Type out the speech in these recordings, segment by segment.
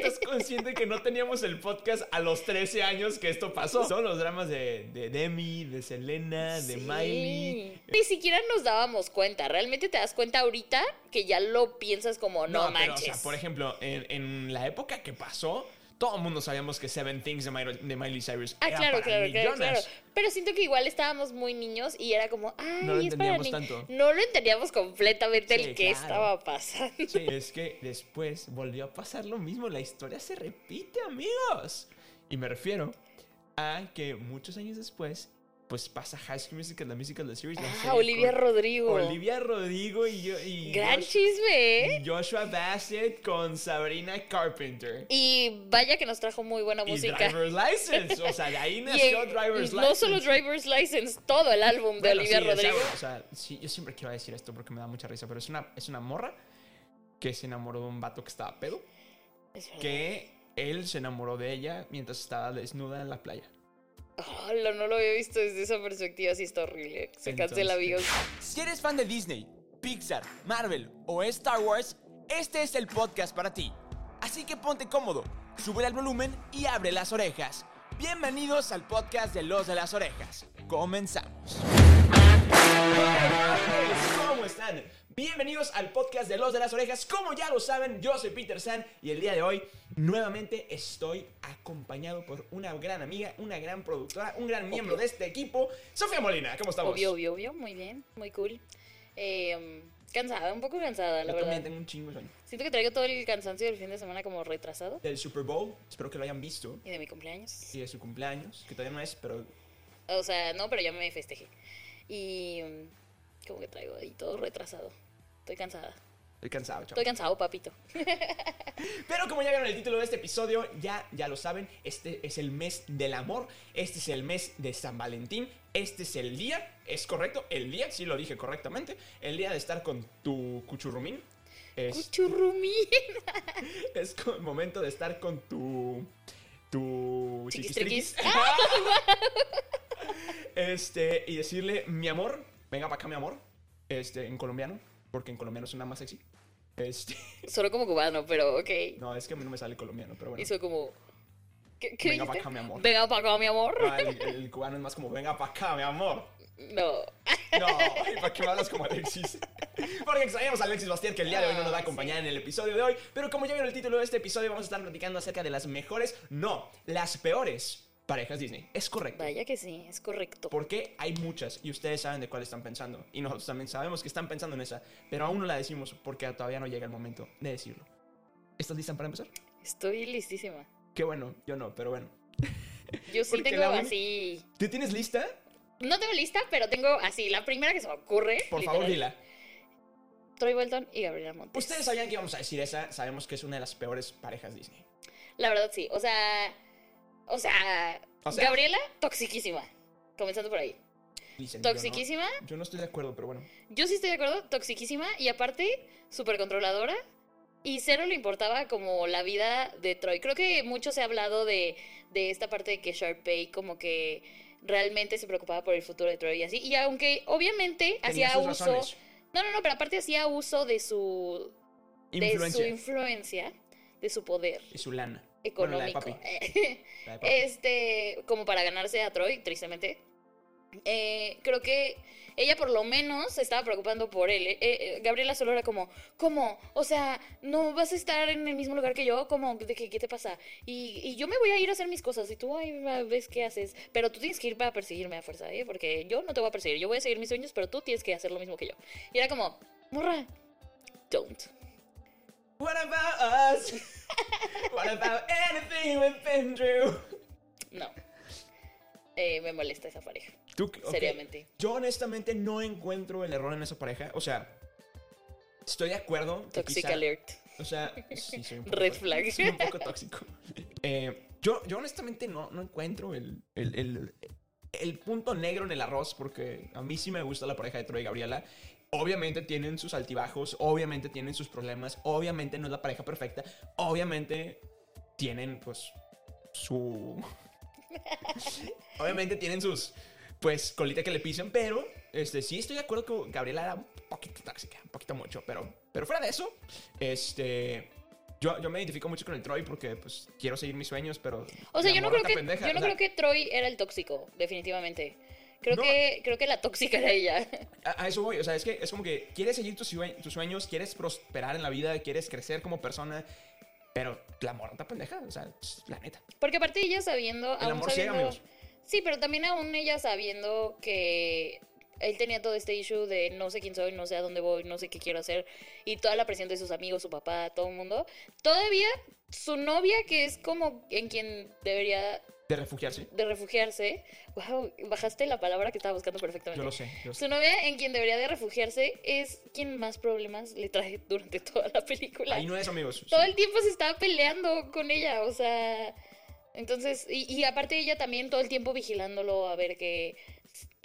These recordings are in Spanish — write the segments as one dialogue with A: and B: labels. A: Estás consciente que no teníamos el podcast a los 13 años que esto pasó. Son los dramas de, de Demi, de Selena, de
B: Sí.
A: Miley.
B: Ni siquiera nos dábamos cuenta. Realmente te das cuenta ahorita que ya lo piensas como no,
A: pero,
B: manches.
A: o sea, por ejemplo, en, en la época que pasó, todo el mundo sabíamos que Seven Things de Miley, de Miley Cyrus
B: Ah,
A: era
B: claro,
A: para
B: claro, claro,
A: millones.
B: claro. Pero siento que igual estábamos muy niños y era como, ay,
A: No lo
B: es para
A: entendíamos
B: ni-".
A: tanto.
B: No lo entendíamos completamente
A: Sí,
B: el que
A: claro.
B: estaba pasando.
A: Sí, es que después volvió a pasar lo mismo. La historia se repite, amigos. Y me refiero a que muchos años después, pues pasa High School Musical, la musical, la series. la serie
B: Ah, Olivia
A: con-
B: Rodrigo.
A: Olivia Rodrigo y yo. Y
B: Gran
A: Josh-
B: chisme, ¿eh?
A: y Joshua Bassett con Sabrina Carpenter.
B: Y vaya que nos trajo muy buena
A: Y
B: música.
A: Driver's License. O sea, de ahí
B: Y,
A: nació
B: eh,
A: Driver's License.
B: no solo Driver's License, todo el álbum de
A: Bueno,
B: Olivia
A: sí, o sea,
B: Rodrigo.
A: O sea, sí, yo siempre quiero decir esto porque me da mucha risa, pero es una, es una morra que se enamoró de un vato que estaba pedo.
B: Es verdad.
A: que él se enamoró de ella mientras estaba desnuda en la playa.
B: Hola, no lo había visto desde esa perspectiva, sí está horrible. Se cancela, amigos.
A: Entonces-
C: Si eres fan de Disney, Pixar, Marvel o Star Wars, este es el podcast para ti. Así que ponte cómodo, sube el volumen y abre las orejas. Bienvenidos al podcast de Los de las Orejas. Comenzamos.
A: ¿Cómo están? Bienvenidos al podcast de Los de las Orejas. Como ya lo saben, yo soy Peter San y el día de hoy nuevamente estoy acompañado por una gran amiga, una gran productora, un gran miembro de este equipo, Sofía Molina. ¿Cómo estamos?
B: Obvio, obvio, obvio. Muy bien, muy cool. Eh, cansada, un poco cansada, la
A: Yo
B: verdad.
A: también tengo un chingo de sueño.
B: Siento que traigo todo el cansancio del fin de semana como retrasado.
A: Del Super Bowl, espero que lo hayan visto.
B: Y de mi cumpleaños.
A: Y de su cumpleaños, que todavía no es, pero
B: O sea, no, pero ya me festejé. Y mm, como que traigo ahí todo retrasado. Estoy cansada.
A: estoy cansado, chaval.
B: Estoy cansado, papito.
A: Pero como ya vieron el título de este episodio, ya, ya lo saben, este es el mes del amor, este es el mes de San Valentín, este es el día, es correcto, el día, sí lo dije correctamente, el día de estar con tu cuchurrumín, es,
B: Cuchurrumí.
A: es co- momento de estar con tu... tu...
B: Chiquistriquis.
A: chiquistriquis. Este, y decirle, mi amor, venga para acá mi amor, este, en colombiano, porque en colombiano suena más sexy. Este,
B: Solo como cubano, pero ok.
A: no, es que a mí no me sale colombiano, pero bueno.
B: Hizo como. ¿Qué, qué
A: Venga pa'
B: dijiste?
A: acá, mi amor.
B: Venga pa' acá, mi amor.
A: Ah, el, el cubano es más como, venga para acá, mi amor.
B: No.
A: No, ay, ¿para qué me hablas como Alexis? Porque extrañamos a Alexis Bastier, que el día de hoy no
B: Ah,
A: nos va a acompañar en el episodio de hoy. Pero como ya vieron el título de este episodio, vamos a estar platicando acerca de las mejores, no, las peores parejas Disney. Es correcto.
B: Vaya que sí, es correcto.
A: Porque hay muchas y ustedes saben de cuál están pensando. Y nosotros también sabemos que están pensando en esa. Pero aún no la decimos porque todavía no llega el momento de decirlo. ¿Estás lista para empezar?
B: Estoy listísima.
A: Qué bueno, yo no, pero bueno.
B: Yo sí
A: Porque
B: tengo
A: la uni-
B: así.
A: ¿Tú tienes lista?
B: No tengo lista, pero tengo así. La primera que se me ocurre.
A: Por
B: literal,
A: favor, dila.
B: Troy Bolton y Gabriela Montes.
A: Ustedes sabían que íbamos a decir esa. Sabemos que es una de las peores parejas Disney.
B: La verdad sí. O sea. O sea.
A: O sea-
B: Gabriela, toxiquísima. Comenzando por ahí.
A: Dicen, yo no-
B: Toxiquísima.
A: Yo no, estoy de acuerdo, pero bueno.
B: Yo sí estoy de acuerdo, toxiquísima y aparte súper controladora y cero le importaba como la vida de Troy. Creo que mucho se ha hablado de, de esta parte de que Sharpay como que realmente se preocupaba por el futuro de Troy y así. Y aunque obviamente
A: Tenía
B: hacía
A: sus
B: uso...
A: razones.
B: No, no, no, pero aparte hacía uso de su, de su
A: Influencia.
B: influencia, de su poder
A: y su lana. Bueno, la de
B: económico. eh,
A: papi, la de papi.
B: este, como para ganarse a Troy, tristemente. Eh, creo que ella por lo menos se estaba preocupando por él. Eh, eh, Gabriela solo era como, ¿cómo? O sea, no vas a estar en el mismo lugar que yo, como ¿De qué, qué te pasa? Y, y yo me voy a ir a hacer mis cosas y tú ahí ves qué haces. Pero tú tienes que ir para perseguirme a fuerza, ¿eh? Porque yo no te voy a perseguir, yo voy a seguir mis sueños, pero tú tienes que hacer lo mismo que yo. Y era como, morra, don't.
A: What about us? What about anything we've been through?
B: No. Eh, me molesta esa pareja,
A: Tú que- ok.
B: seriamente.
A: Yo honestamente no encuentro el error en esa pareja. O sea, estoy de acuerdo. que
B: Toxic
A: quizá-
B: alert.
A: O sea, sí, soy un poco
B: Red
A: tóxico,
B: flag.
A: soy un poco tóxico. Eh, yo, yo honestamente no, no encuentro el, el- el- el punto negro en el arroz porque a mí sí me gusta la pareja de Troy y Gabriela. Obviamente tienen sus altibajos, obviamente tienen sus problemas, obviamente no es la pareja perfecta, obviamente tienen pues su... obviamente tienen sus... Pues colita que le pisan, pero este, sí estoy de acuerdo que Gabriela era un poquito tóxica, un poquito mucho, pero, pero fuera de eso, este, yo Yo, yo me identifico mucho con el Troy porque pues quiero seguir mis sueños, pero...
B: O sea,
A: la
B: yo
A: morra
B: no, creo
A: está
B: que,
A: pendeja,
B: yo no
A: o sea,
B: creo que Troy era el tóxico, definitivamente. Creo,
A: No.
B: que, creo que la tóxica era ella.
A: A, a eso voy, o sea, es que es como que quieres seguir tus, sue- tus sueños, quieres prosperar en la vida, quieres crecer como persona, pero la morra está pendeja, o sea, pues, la neta.
B: Porque aparte ella sabiendo... aún
A: amor ciega,
B: sabiendo-
A: amigos.
B: Sí, pero también aún ella sabiendo que él tenía todo este issue de no sé quién soy, no sé a dónde voy, no sé qué quiero hacer, y toda la presión de sus amigos, su papá, todo el mundo, todavía su novia, que es como en quien debería
A: De refugiarse,
B: de refugiarse, wow, bajaste la palabra que estaba buscando perfectamente.
A: yo lo sé, yo lo sé.
B: Su novia, en quien debería de refugiarse, es quien más problemas le trae durante toda la película.
A: Ahí no es, amigos.
B: Todo el tiempo se estaba peleando con ella, o sea... Entonces, y, y aparte ella también todo el tiempo vigilándolo a ver que...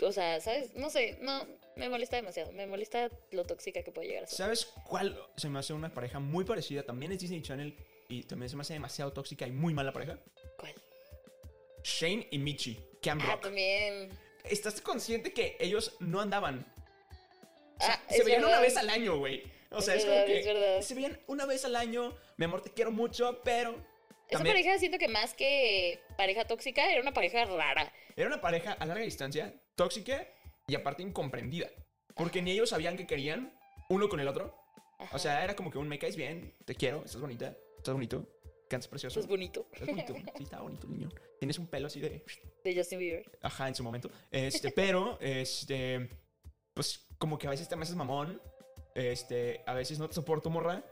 B: O sea, ¿sabes? No sé, no, me molesta demasiado. Me molesta lo tóxica que puede llegar a ser.
A: ¿Sabes cuál se me hace una pareja muy parecida? También es Disney Channel y también se me hace demasiado tóxica y muy mala pareja.
B: ¿Cuál?
A: Shane y Michi, Cam
B: Ah,
A: Rock.
B: también...
A: ¿Estás consciente que ellos no andaban? O sea,
B: Ah,
A: se
B: es
A: veían
B: verdad.
A: una vez al año, güey. O
B: Es
A: sea, es,
B: verdad,
A: como
B: es
A: que
B: verdad.
A: se veían una vez al año. Mi amor, te quiero mucho, pero
B: Esa
A: también
B: pareja siento que más que pareja tóxica, era una pareja rara.
A: era una pareja a larga distancia, tóxica y aparte incomprendida, porque ni ellos sabían que querían uno con el otro.
B: Ajá.
A: O sea, era como que un me caes bien, te quiero, estás bonita, estás bonito, cantas precioso.
B: es bonito.
A: Es bonito, sí, está bonito el niño. Tienes un pelo así de.
B: De Justin Bieber.
A: Ajá, en su momento. Este, pero, este. Pues como que a veces te me haces mamón. Este, a veces no te soporto, morra.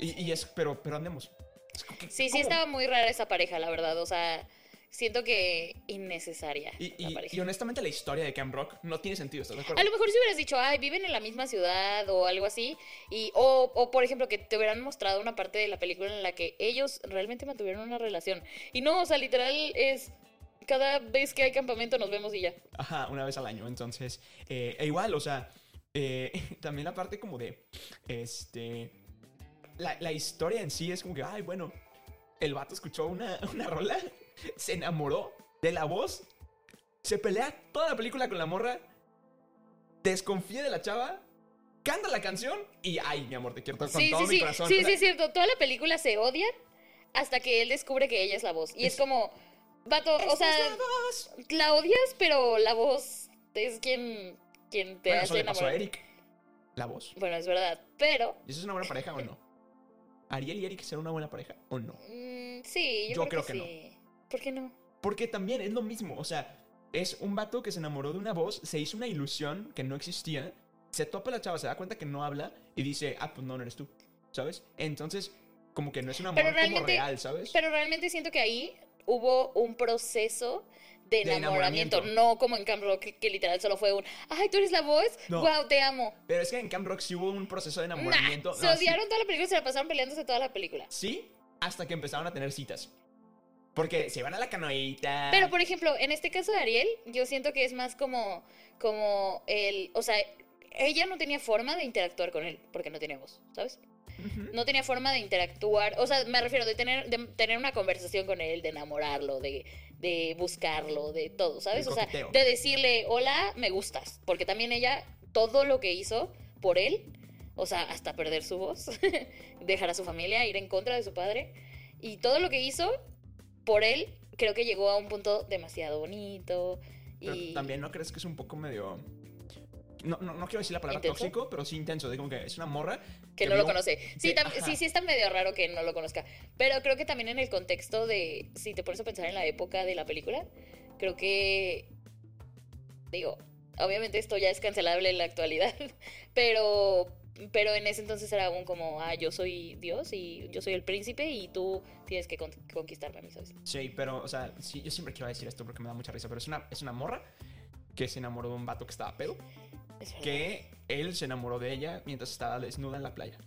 A: Y, y es, pero, pero andemos. Es como que-
B: Sí, sí
A: ¿cómo?
B: estaba muy rara esa pareja, la verdad. O sea, siento que innecesaria
A: Y,
B: la
A: y-
B: pareja.
A: y honestamente, la historia de Cam Rock no tiene sentido, ¿estás de acuerdo?
B: A lo mejor si hubieras dicho, ay, viven en la misma ciudad o algo así, y, o, o, por ejemplo que te hubieran mostrado una parte de la película en la que ellos realmente mantuvieron una relación. Y no, o sea, literal es cada vez que hay campamento nos vemos y ya.
A: Ajá, una vez al año. Entonces, eh, e igual, o sea, eh, también la parte como de, este, la, la historia en sí es como que, ay, bueno, el vato escuchó una, una rola, se enamoró de la voz, se pelea toda la película con la morra, desconfía de la chava, canta la canción y, ay, mi amor, te quiero con
B: Sí,
A: todo
B: sí,
A: mi
B: sí,
A: corazón.
B: sí,
A: O sea,
B: sí, es cierto. Toda la película se odian hasta que él descubre que ella es la voz. Y es, como, vato, o
A: "Esta es
B: sea,
A: la voz".
B: la odias, pero la voz es quien, quien te
A: Bueno, eso
B: hace
A: le pasó a
B: enamorar.
A: Eric, la voz.
B: Bueno, es verdad, pero
A: ¿Y eso es una buena pareja o no? ¿Ariel y Eric serán una buena pareja o no?
B: mm, sí, yo, creo, que, sí. ¿Por qué no?
A: Porque también es lo mismo, o sea, es un vato que se enamoró de una voz, se hizo una ilusión que no existía, se topa la chava, se da cuenta que no habla y dice, ah, pues no, no eres tú, ¿sabes? Entonces, como que no es un amor
B: Pero
A: como
B: realmente-
A: real, ¿sabes?
B: Pero realmente siento que ahí hubo un proceso de
A: De
B: enamoramiento,
A: enamoramiento.
B: no como en Camp Rock, que, que literal solo fue un, ay, tú eres la voz,
A: No.
B: wow, te amo.
A: Pero es que en Camp Rock sí hubo un proceso de
B: Nah,
A: enamoramiento.
B: se
A: No, sí.
B: odiaron toda la película y se la pasaron peleándose toda la película.
A: Sí, hasta que empezaron a tener citas. Porque se van a la canoita.
B: Pero por ejemplo, en este caso de Ariel, yo siento que es más como, como el, o sea, ella no tenía forma de interactuar con él, porque no tenía voz, ¿sabes?
A: Ujú.
B: No tenía forma de interactuar, o sea, me refiero de tener, de tener una conversación con él, de enamorarlo, de, de buscarlo, de todo, ¿sabes?
A: El
B: O sea,
A: coqueteo.
B: de decirle, hola, me gustas, porque también ella, todo lo que hizo por él, o sea, hasta perder su voz, dejar a su familia, ir en contra de su padre, y todo lo que hizo por él, creo que llegó a un punto demasiado bonito.
A: Pero
B: Y...
A: también no crees que es un poco medio... No, no, no quiero decir la palabra
B: ¿Intenso?
A: tóxico, pero sí intenso. De como que es una morra.
B: que no lo
A: vio-
B: conoce. Sí,
A: que-
B: tam-
A: ajá.
B: sí, sí está medio raro que no lo conozca. Pero creo que también en el contexto de, si te pones a pensar en la época de la película, creo que, digo, obviamente esto ya es cancelable en la actualidad, pero, pero en ese entonces era aún como, ah, yo soy Dios y yo soy el príncipe y tú tienes que con- conquistarme a mí, ¿sabes?
A: Sí, pero, o sea, sí, yo siempre quiero decir esto porque me da mucha risa, pero es una, es una morra que se enamoró de un vato que estaba pedo,
B: Es verdad.
A: que él se enamoró de ella mientras estaba desnuda en la playa.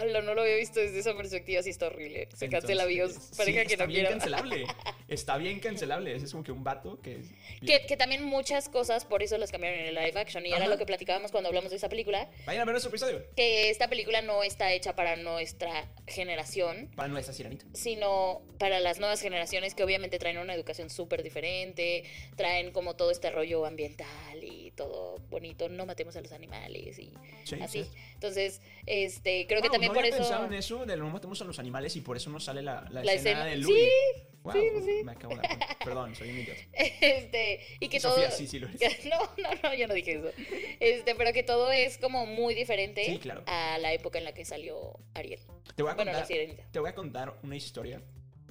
B: Hola, no lo había visto desde esa perspectiva, sí está horrible. Se cancela, amigos.
A: Entonces,
B: Pareja
A: sí,
B: que
A: está
B: no
A: bien
B: quiero.
A: cancelable, está bien cancelable, ese es como que un vato que...
B: Que, que también muchas cosas por eso las cambiaron en el live action. Y era
A: Ajá.
B: lo que platicábamos cuando hablamos de esa película.
A: Vayan a ver nuestro episodio
B: Que esta película no está hecha para nuestra generación,
A: para nuestra sirenita.
B: sino para las nuevas generaciones que obviamente traen una educación súper diferente, traen como todo este rollo ambiental y todo bonito, no matemos a los animales y
A: Sí,
B: así.
A: sí.
B: Entonces, este, creo que
A: Wow,
B: también
A: no
B: por
A: había
B: eso.
A: pensado en eso de no matemos a los animales y por eso no sale la, la
B: La
A: escena
B: escena-
A: de
B: sí,
A: Louis. Wow,
B: sí, pues sí.
A: Me acabo de dar cuenta. Perdón, soy un idiota.
B: Este, y que
A: Sofía,
B: todo.
A: sí, sí lo eres.
B: No, no, no, yo no dije eso. Este, pero que todo es como muy diferente
A: Sí, claro.
B: a la época en la que salió Ariel.
A: Te voy a
B: Bueno,
A: contar,
B: la sirenita.
A: te voy a contar una historia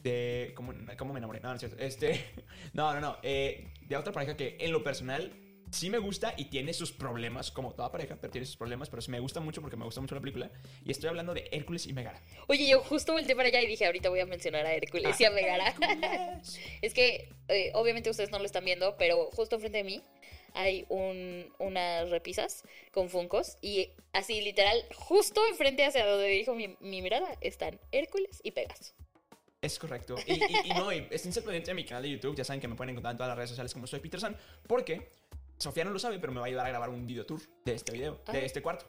A: de cómo, cómo me enamoré. No, no es cierto. Este, no, no, no. eh, de otra pareja que en lo personal sí me gusta y tiene sus problemas, como toda pareja, pero tiene sus problemas, pero sí me gusta mucho porque me gusta mucho la película. Y estoy hablando de Hércules y Megara.
B: Oye, yo justo volteé para allá y dije, ahorita voy a mencionar a Hércules
A: Ah.
B: y a Megara.
A: Hércules.
B: Es que, eh, obviamente ustedes no lo están viendo, pero justo enfrente de mí hay un- unas repisas con funcos y así literal, justo enfrente hacia donde dijo mi, mi mirada, están Hércules y Pegaso.
A: Es correcto. Y, y- y no, y esténse pendientes de mi canal de YouTube. Ya saben que me pueden encontrar en todas las redes sociales como soy Peter San. Porque Sofía no lo sabe, pero me va a ayudar a grabar un video tour de este video,
B: Ah.
A: de este cuarto.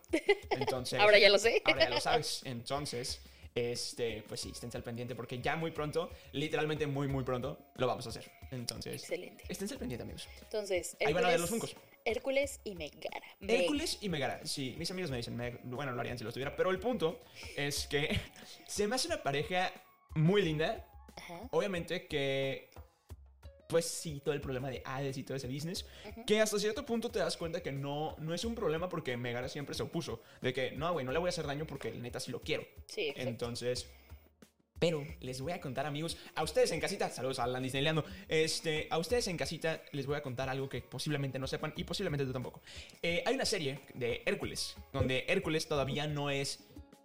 A: Entonces.
B: Ahora ya lo sé.
A: Ahora ya lo sabes. Entonces, este, pues sí, esténse al pendiente porque ya muy pronto, literalmente muy, muy pronto, lo vamos a hacer. Entonces,
B: Excelente.
A: esténse al pendiente, amigos.
B: Entonces,
A: Ahí van a ver los Funkos.
B: Hércules y Megara. Me-
A: Hércules y Megara. Sí, mis amigos me dicen, Meg- bueno, lo harían si lo estuviera, pero el punto es que se me hace una pareja muy linda.
B: Ajá.
A: Obviamente que, pues sí, todo el problema de Hades y todo ese business,
B: Ujú.
A: que hasta cierto punto te das cuenta que no, no es un problema porque Megara siempre se opuso. De que, no, güey, no le voy a hacer daño porque neta sí lo quiero.
B: Sí, exacto.
A: Entonces. Pero les voy a contar, amigos, a ustedes en casita, saludos a Alan Disneylandio, este, a ustedes en casita les voy a contar algo que posiblemente no sepan y posiblemente tú tampoco. Eh, hay una serie de Hércules, donde Hércules todavía no es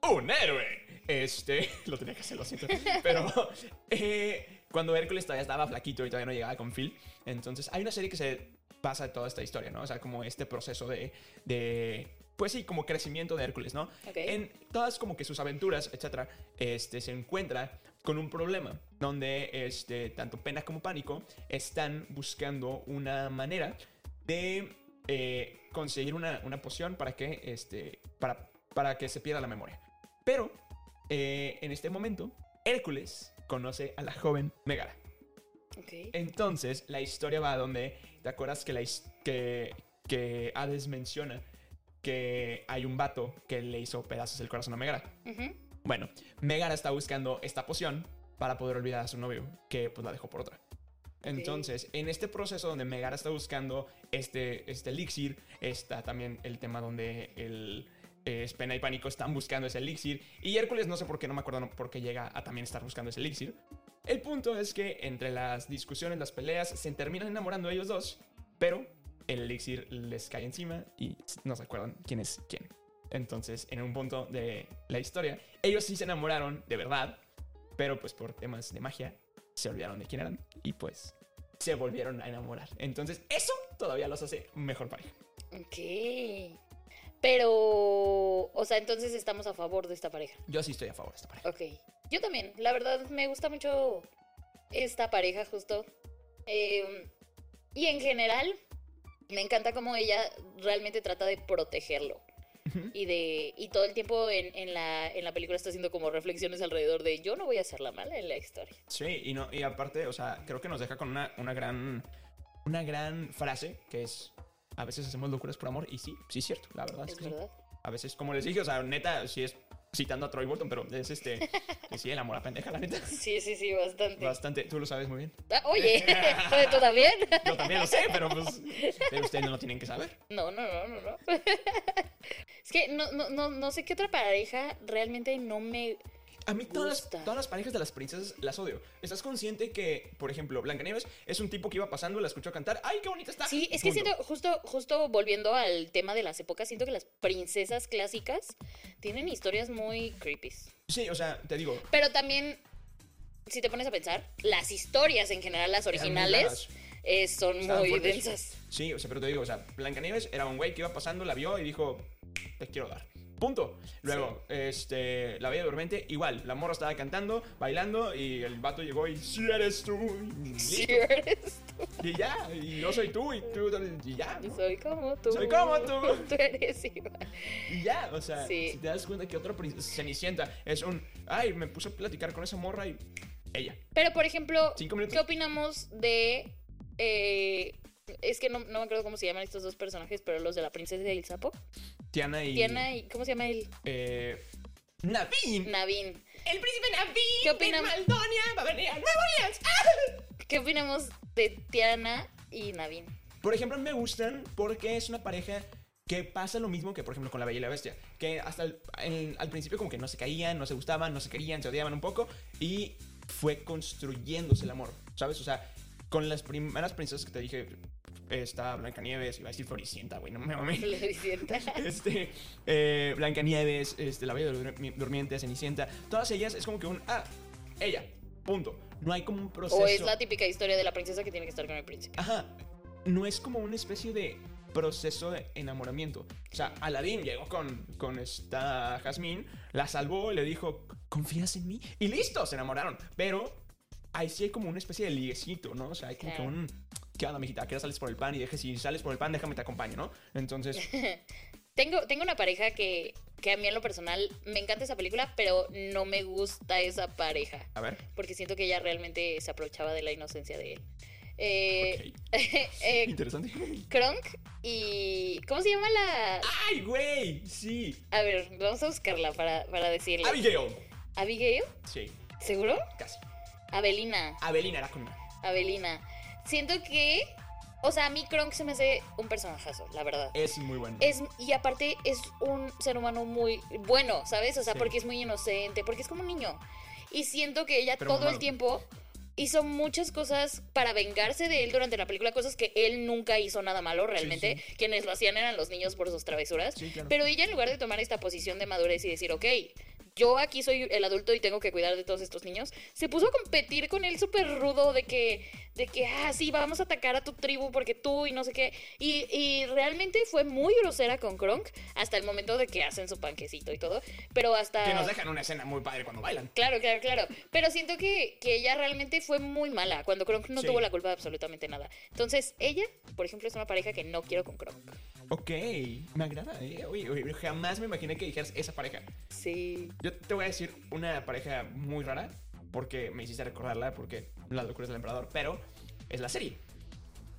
A: un héroe. Este, lo tenía que hacer, lo siento. Pero eh, cuando Hércules todavía estaba flaquito y todavía no llegaba con Phil, entonces hay una serie que se pasa toda esta historia, ¿no? O sea, como este proceso de, de pues sí, como crecimiento de Hércules, ¿no?
B: Ok.
A: En todas como que sus aventuras, etcétera, este, se encuentra con un problema donde este, tanto Pena como Pánico están buscando una manera de eh, conseguir una, una poción para que, este, para, para que se pierda la memoria. Pero eh, en este momento, Hércules conoce a la joven Megara.
B: Ok.
A: Entonces, la historia va a donde. ¿Te acuerdas que, la, his- que, que Hades menciona que hay un vato que le hizo pedazos el corazón a Megara?
B: Ujú.
A: Bueno, Megara está buscando esta poción para poder olvidar a su novio, que pues la dejó por otra. Entonces, en este proceso donde Megara está buscando este, este elixir, está también el tema donde el eh, Spena y Pánico están buscando ese elixir. Y Hércules, no sé por qué, no me acuerdo no, por qué llega a también estar buscando ese elixir. El punto es que entre las discusiones, las peleas, se terminan enamorando ellos dos, pero el elixir les cae encima y no se acuerdan quién es quién. Entonces, en un punto de la historia, ellos sí se enamoraron, de verdad, pero pues por temas de magia se olvidaron de quién eran y pues se volvieron a enamorar. Entonces, eso todavía los hace mejor pareja.
B: Ok. Pero, o sea, entonces estamos a favor de esta pareja.
A: Yo sí estoy a favor de esta pareja.
B: Ok. Yo también. La verdad, me gusta mucho esta pareja, justo. Eh, y en general, me encanta cómo ella realmente trata de protegerlo.
A: Ujú.
B: Y de y todo el tiempo en, en la, en la película está haciendo como reflexiones alrededor de yo no voy a ser la mala en la historia.
A: Sí, y, no, y aparte, o sea, creo que nos deja con una, una gran una gran frase que es a veces hacemos locuras por amor y sí, sí es cierto, la verdad es
B: Es
A: que Ah, sí.
B: verdad.
A: A veces, como les dije, o sea, neta, sí es citando a Troy Bolton, pero es este, que sí, el amor a pendeja, la neta.
B: Sí, sí, sí, bastante.
A: Bastante, tú lo sabes muy bien.
B: Ah, Oye, ¿tú también?
A: Yo también lo sé, pero pues. Pero ustedes no lo tienen que saber.
B: No, no, no, no, no. Es que no, no, no, no sé qué otra pareja realmente no me.
A: A mí todas las,
B: Gusta.
A: todas las parejas de las princesas las odio. ¿Estás consciente que, por ejemplo, Blancanieves es un tipo que iba pasando, la escuchó cantar? ¡Ay, qué bonita está!
B: Sí, es que
A: Punto.
B: siento, justo, justo volviendo al tema de las épocas, siento que las princesas clásicas tienen historias muy creepy.
A: Sí, o sea, te digo.
B: Pero también, si te pones a pensar, las historias en general, las
A: eran muy
B: originales,
A: raras.
B: eh, son
A: Estaban
B: muy
A: fuertes.
B: densas.
A: Sí, o sea, pero te digo, o sea, Blancanieves era un güey que iba pasando, la vio y dijo, te quiero dar. Punto. Luego, este, la bella durmiente, igual, la morra estaba cantando, bailando y el vato llegó y, si eres tú, y, listo.
B: Sí, eres-
A: y ya, y yo soy tú, y tú, y ya, ¿no?
B: Soy como tú.
A: Soy como tú.
B: Tú eres igual.
A: Y ya, o sea,
B: Sí.
A: si te das cuenta que otra princesa Cenicienta es un. Ay, me puse a platicar con esa morra y. Ella.
B: Pero, por ejemplo,
A: Cinco minutos.
B: ¿qué opinamos de eh, Es que no, no me acuerdo cómo se llaman estos dos personajes, pero los de la princesa y el sapo.
A: Tiana y.
B: Tiana y. ¿Cómo se llama él?
A: Eh, Naveen.
B: Navin.
A: El príncipe Naveen.
B: ¿Qué opinan?
A: de Maldonia va a venir a Nueva Orleans. ¡Ah!
B: ¿Qué opinamos de Tiana y Navin?
A: Por ejemplo, me gustan porque es una pareja que pasa lo mismo que, por ejemplo, con La Bella y la Bestia. Que hasta el- en- al principio como que no se caían, no se gustaban, no se querían, se odiaban un poco. Y fue construyéndose el amor, ¿sabes? O sea, con las primeras princesas que te dije, está Blancanieves, iba a decir Floricienta, güey, no me mames.
B: Floricienta.
A: Este, eh, Blancanieves, este, La Bella Dur- Durmiente, Cenicienta, todas ellas es como que un, ah, ella, punto. No hay como un proceso.
B: O es la típica historia de la princesa que tiene que estar con el príncipe.
A: Ajá, no es como una especie de proceso de enamoramiento. O sea, Aladdin llegó con, con esta Jasmine, la salvó, le dijo, ¿confías en mí? Y listo, se enamoraron. Pero ahí sí hay como una especie de liguecito, ¿no? O sea, hay como que
B: Claro.
A: un... ¿Qué onda, mijita? ¿Qué hora sales por el pan? Y deje, si sales por el pan, déjame te acompaño, ¿no? Entonces,
B: Tengo, tengo una pareja que, que a mí en lo personal me encanta esa película, pero no me gusta esa pareja.
A: a ver.
B: Porque siento que ella realmente se aprovechaba de la inocencia de él. Eh, eh,
A: Interesante.
B: Kronk y. ¿Cómo se llama la.?
A: ¡Ay, güey! Sí.
B: A ver, vamos a buscarla para, para decirle.
A: Abigail.
B: ¿Abigail?
A: Sí,
B: ¿Seguro?
A: casi.
B: Abelina.
A: Abelina era con una.
B: Abelina. Siento que. O sea, a mí Kronk se me hace un personajazo, la verdad.
A: Es muy bueno.
B: Es, y aparte es un ser humano muy bueno, ¿sabes? O sea,
A: Sí.
B: porque es muy inocente, porque es como un niño. Y siento que ella
A: Pero
B: todo
A: mamado.
B: el tiempo hizo muchas cosas para vengarse de él durante la película, cosas que él nunca hizo nada malo realmente. Quienes lo hacían eran los niños por sus travesuras.
A: Sí, claro.
B: Pero ella en lugar de tomar esta posición de madurez y decir, ok, yo aquí soy el adulto y tengo que cuidar de todos estos niños, se puso a competir con él súper rudo de que, de que, ah, sí, vamos a atacar a tu tribu porque tú y no sé qué. Y, y realmente fue muy grosera con Kronk hasta el momento de que hacen su panquecito y todo. Pero hasta...
A: Que nos dejan una escena muy padre cuando bailan.
B: Claro, claro, claro. Pero siento que, que ella realmente fue muy mala cuando Kronk no
A: Sí.
B: tuvo la culpa de absolutamente nada. Entonces, ella, por ejemplo, es una pareja que no quiero con Kronk.
A: Ok, me agrada, eh. Oye, oye, jamás me imaginé que dijeras esa pareja.
B: Sí.
A: Yo te voy a decir una pareja muy rara, porque me hiciste recordarla, porque las locuras del emperador, pero es la serie.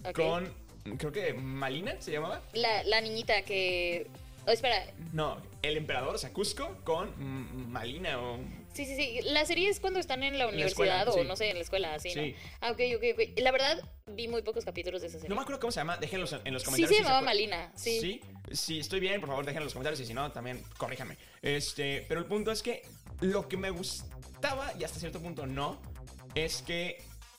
B: ok.
A: Con, creo que Malina se llamaba.
B: La, la niñita que. Oh, espera.
A: No, el emperador, o sea, Cusco, con mm, Malina o...
B: Sí, sí, sí. La serie es cuando están en la
A: la escuela,
B: universidad o
A: sí.
B: no sé, en la escuela, así,
A: Sí.
B: ¿no? Ah, ok, ok, ok. La verdad, vi muy pocos capítulos de esa serie.
A: No me acuerdo cómo se llama, déjenlos en, en los
B: sí,
A: comentarios.
B: se
A: si
B: llamaba
A: acuer-
B: Malina. Sí.
A: Sí, si estoy bien, por favor, déjenlo en los comentarios y si no, también corríjame. Este, pero el punto es que lo que me gustaba y hasta cierto punto no es que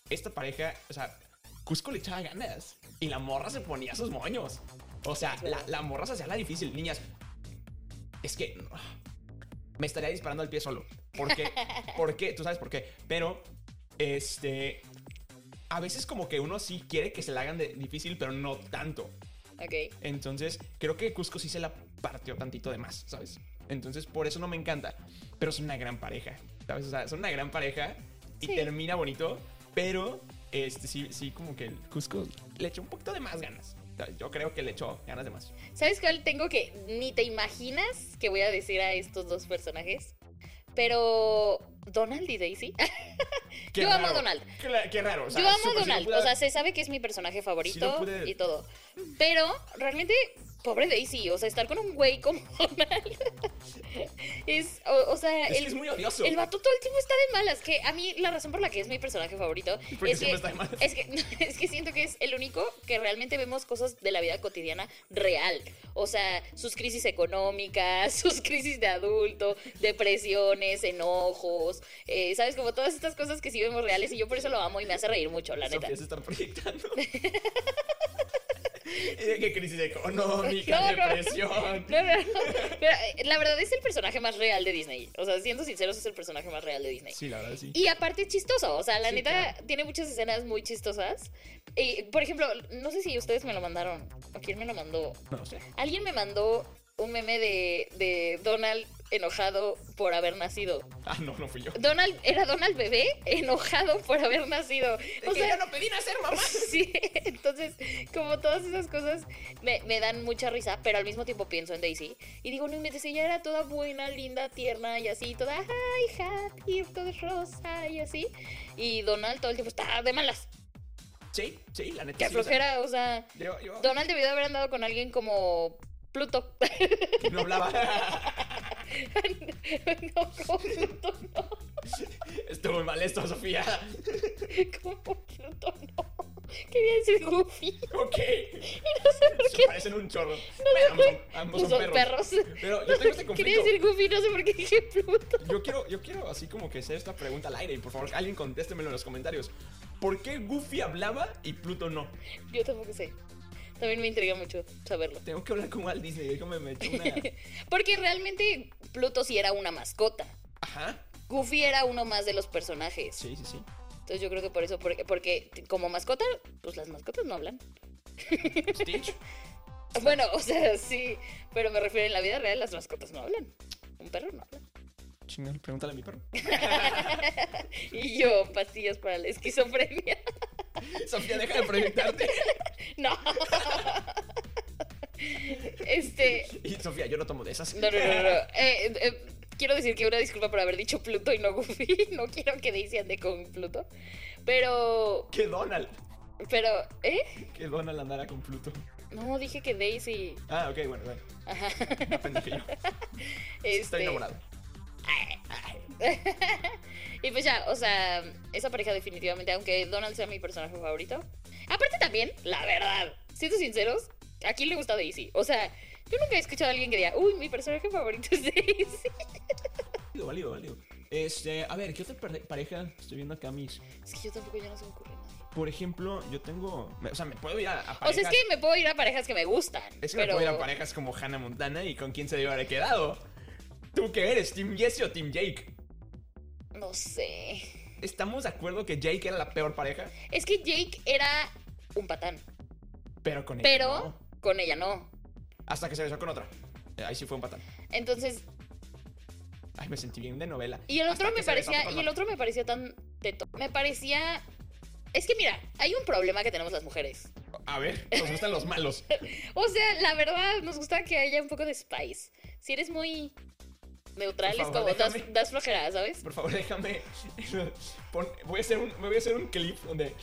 A: esta pareja, o sea, Cusco le echaba ganas y la morra se ponía sus moños. O sea, la, la morra se hacía la difícil, niñas. Es que ah, me estaría disparando al pie solo. ¿Por qué? ¿Por qué? Tú sabes por qué. Pero, este, a veces como que uno sí quiere que se la hagan de difícil, pero no tanto.
B: Ok.
A: Entonces, creo que Cusco sí se la partió tantito de más, ¿sabes? Entonces, por eso no me encanta. Pero es una gran pareja, ¿sabes? O sea, son una gran pareja y
B: Sí.
A: termina bonito, pero este, sí, sí, como que el Cusco le echó un poquito de más ganas. O sea, Yo creo que le echó ganas de más.
B: ¿Sabes cuál tengo que ni te imaginas que voy a decir a estos dos personajes? Pero. Donald y Daisy. Yo amo a Donald.
A: Cla- Qué raro. o sea,
B: Yo amo
A: súper, si
B: a Donald.
A: lo pude-
B: O sea, se sabe que es mi personaje favorito
A: pude-
B: y todo. Pero realmente, pobre Daisy. O sea, estar con un güey como Donald. es. O, o sea,
A: es que
B: el,
A: es muy odioso.
B: el vato todo el tiempo está de malas. Que a mí la razón por la que es mi personaje favorito
A: Porque
B: es que,
A: siempre está de malas.
B: es, que, es que siento que es el único que realmente vemos cosas de la vida cotidiana real. O sea, sus crisis económicas, sus crisis de adulto, depresiones, enojos. eh, ¿Sabes? Como todas estas cosas que sí vemos reales. Y yo por eso lo amo y me hace reír mucho, la
A: Eso
B: neta.
A: empieza a estar proyectando. Eh, ¿Qué crisis económica,
B: No, no.
A: depresión?
B: No, no, no. Pero, eh, la verdad es el personaje más real de Disney. O sea, siendo sinceros, es el personaje más real de Disney.
A: Sí, la verdad, sí.
B: Y aparte es chistoso, o sea, la
A: Sí,
B: neta
A: claro.
B: tiene muchas escenas muy chistosas. Y, por ejemplo, no sé si ustedes me lo mandaron o quién me lo mandó.
A: No sé.
B: Alguien me mandó un meme de, de Donald enojado por haber nacido.
A: Ah, no, no fui yo.
B: Donald era Donald bebé enojado por haber nacido. O sea,
A: no pedí nacer, mamá.
B: Sí, entonces, como todas esas cosas me, me dan mucha risa, pero al mismo tiempo pienso en Daisy y digo, no inventes, ella era toda buena, linda, tierna y así, toda, ay, happy, todo es rosa y así. Y Donald todo el tiempo está de malas.
A: Sí, sí, la neta.
B: Qué
A: sí, o sea,
B: flojera, o sea,
A: yo, yo
B: Donald debió haber andado con alguien como Pluto.
A: no hablaba.
B: no, como Pluto, no.
A: Estuvo muy mal esto, Sofía.
B: Como Pluto, no. Quería decir Goofy.
A: Ok.
B: No sé por
A: Se
B: qué.
A: parecen un chorro. Bueno, ambos son, ambos
B: Pues
A: son perros. Pero yo tengo este
B: Quería
A: conflicto.
B: decir Goofy, no sé por qué dije Pluto.
A: Yo quiero, yo quiero así como que sea esta pregunta al aire y por favor alguien contéstemelo en los comentarios. ¿Por qué Goofy hablaba y Pluto no?
B: Yo tampoco sé. También me intriga mucho saberlo.
A: Tengo que hablar con Walt Disney, déjame meter una...
B: Porque realmente Pluto sí era una mascota.
A: Ajá,
B: Goofy era uno más de los personajes.
A: sí, sí, sí.
B: Entonces yo creo que por eso, porque, porque como mascota, pues las mascotas no hablan.
A: Stitch.
B: Bueno, o sea, sí, pero me refiero en la vida real, las mascotas no hablan. Un perro no habla.
A: Chingón, pregúntale a mi perro.
B: Y yo, pastillas para la esquizofrenia.
A: Sofía, deja de proyectarte.
B: No. Este.
A: Y Sofía, yo no tomo de esas.
B: No, no, no, no. Eh, eh, quiero decir que una disculpa por haber dicho Pluto y no Goofy. No quiero que Daisy ande con Pluto. Pero.
A: Que Donald.
B: Pero. ¿Eh?
A: Que Donald andara con Pluto.
B: No, dije que Daisy.
A: Ah, ok, bueno, bueno.
B: Ajá.
A: Me pendejé yo.
B: Este,
A: Estoy enamorado.
B: Y pues ya, o sea, esa pareja definitivamente, aunque Donald sea mi personaje favorito. Aparte también, la verdad, siendo sinceros, ¿a quién le gusta Daisy? O sea, yo nunca he escuchado a alguien que diga, uy, mi personaje favorito es Daisy.
A: Válido, válido, válido. Este, a ver, ¿qué otra pare- pareja? Estoy viendo acá mis.
B: Es que yo tampoco ya no se me ocurre nada.
A: Por ejemplo, yo tengo. me- O sea, me puedo ir a, a
B: O
A: parejas.
B: sea, es que me puedo ir a parejas que me gustan.
A: Es que me
B: pero...
A: puedo ir a parejas como Hannah Montana y con quién se debe haber quedado. ¿Tú qué eres, Team Jesse o Team Jake?
B: No sé.
A: ¿Estamos de acuerdo que Jake era la peor pareja?
B: Es que Jake era un patán,
A: Pero con ella.
B: pero
A: no.
B: con ella no.
A: Hasta que se besó con otra. Eh, Ahí sí fue un patán.
B: Entonces,
A: Ay, me sentí bien de novela.
B: Y el
A: Hasta
B: otro
A: que
B: me
A: se besó
B: parecía.
A: con
B: Y el
A: otra.
B: otro me parecía tan teto. Me parecía. Es que mira, hay un problema que tenemos las mujeres.
A: A ver, nos gustan los malos.
B: O sea, la verdad, nos gusta que haya un poco de spice. Si eres muy neutral,
A: Por
B: es
A: favor,
B: como das,
A: déjame.
B: das flojera, ¿sabes?
A: Por favor, déjame. pon- voy a hacer un, me voy a hacer un clip donde,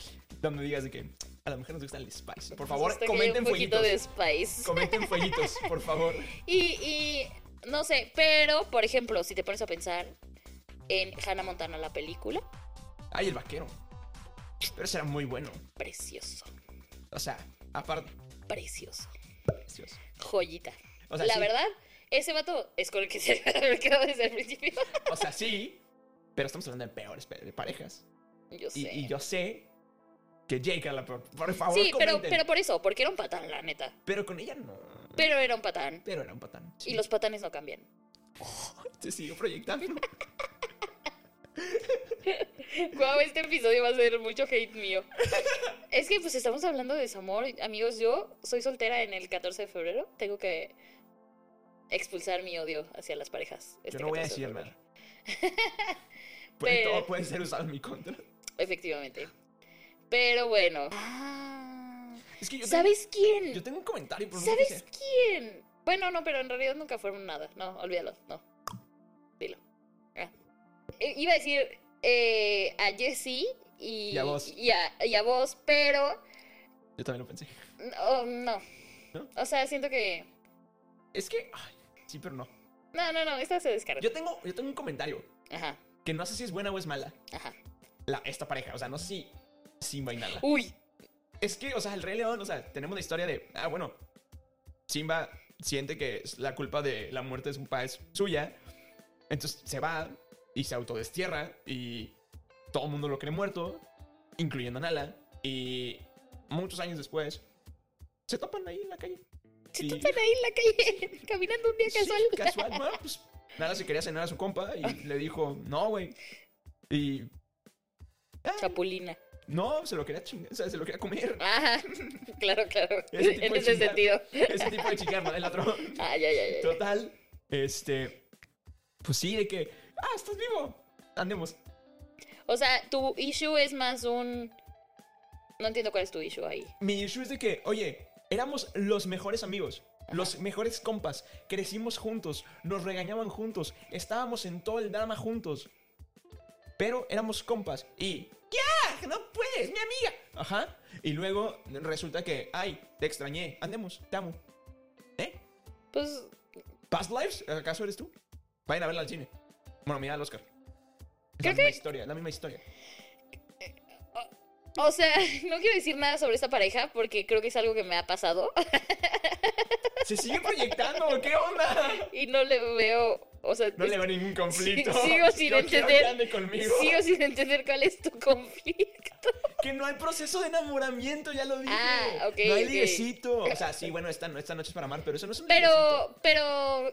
A: donde digas de que a las mujeres nos gusta el spice. Por favor,
B: Nos gusta que haya
A: comenten
B: un poquito
A: fueguitos.
B: de spice.
A: Comenten fueguitos, por favor.
B: Y, y no sé, pero por ejemplo, si te pones a pensar en Hannah Montana, la película,
A: Ay, el vaquero. Pero será muy bueno.
B: precioso,
A: O sea, aparte.
B: precioso,
A: precioso.
B: joyita.
A: O sea,
B: la
A: sí.
B: verdad, ese vato es con el que se me quedado desde el principio.
A: O sea, sí. Pero estamos hablando de peores pe- de parejas.
B: Yo sé.
A: Y, y yo sé que Jake era la peor. Por favor,
B: sí, pero,
A: comenten.
B: pero por eso, porque era un patán, la neta.
A: Pero con ella no.
B: Pero era un patán.
A: Pero era un patán. sí.
B: Y los patanes no cambian.
A: Te sigo proyectando.
B: Guau, este episodio va a ser mucho hate mío. Es que pues estamos hablando de desamor. Amigos, yo soy soltera en el 14 de febrero. Tengo que expulsar mi odio hacia las parejas.
A: Yo
B: este
A: no voy a
B: 14 de
A: decir
B: febrero.
A: nada. Puede,
B: Pero-
A: Todo puede ser usado en mi contra.
B: Efectivamente. Pero bueno. Ah,
A: Es que yo
B: ¿Sabes
A: Tengo, eh, yo
B: quién?
A: tengo un comentario por una
B: ¿Sabes quién? Bueno, no, pero en realidad nunca fueron nada. No, olvídalo. No. Dilo. Ah. Eh, Iba a decir eh, a Jesse y,
A: Y a vos.
B: y a- y a vos, pero
A: Yo también lo pensé.
B: no, Oh, no.
A: ¿No?
B: O sea, siento que.
A: Es que. ay, sí, pero no.
B: No, no, no, esta se descarga.
A: Yo tengo, yo tengo un comentario
B: Ajá,
A: que no sé si es buena o es mala.
B: ajá.
A: La, esta pareja, o sea, no sé si. Simba y Nala.
B: Uy,
A: Es que, o sea, el Rey León, o sea, tenemos la historia de. Ah, bueno. Simba siente que es la culpa de la muerte de su papá es suya. Entonces se va y se autodestierra y todo el mundo lo cree muerto, incluyendo a Nala. Y muchos años después se topan ahí en la calle.
B: se
A: Y-
B: topan ahí en la calle, caminando un día
A: Sí,
B: casual.
A: casual, ¿no? Pues, Nala se quería cenar a su compa y le dijo, no, güey. Y. ah,
B: Chapulina.
A: no, se lo quería chingar, o sea, se lo quería comer.
B: Ajá, claro, claro.
A: Ese tipo
B: en
A: de
B: ese
A: chingar.
B: sentido.
A: Ese tipo de chingar, ¿no? El otro.
B: Ah, ya, ya, ya, ya.
A: Total, este. Pues sí, de que. Ah, estás vivo. Andemos.
B: O sea, tu issue es más un. No entiendo cuál es tu issue ahí.
A: Mi issue es de que, oye, éramos los mejores amigos. Los mejores compas, crecimos juntos, nos regañaban juntos, estábamos en todo el drama juntos. Pero éramos compas y. ¡Ya! ¡No puedes! ¡Mi amiga! Ajá. Y luego resulta que, ay, te extrañé, andemos, te amo. ¿Eh?
B: Pues
A: ¿Past Lives? ¿Acaso eres tú? Vayan a verla al cine. Bueno, mira al Oscar. Es la
B: Creo que-
A: misma historia, la misma historia.
B: O sea, no quiero decir nada sobre esta pareja porque creo que es algo que me ha pasado
A: Se sigue proyectando, ¿qué onda?
B: y no le veo, o sea,
A: No le veo ningún conflicto.
B: Sí, sigo sin
A: Yo quiero que
B: entender.
A: ande conmigo.
B: sigo sin entender cuál es tu conflicto.
A: Que no hay proceso de enamoramiento, ya lo dije.
B: Ah, ok,
A: No hay
B: ok.
A: liguecito. O sea, sí, bueno, esta, esta noche es para amar, pero eso no es un liguecito.
B: Pero,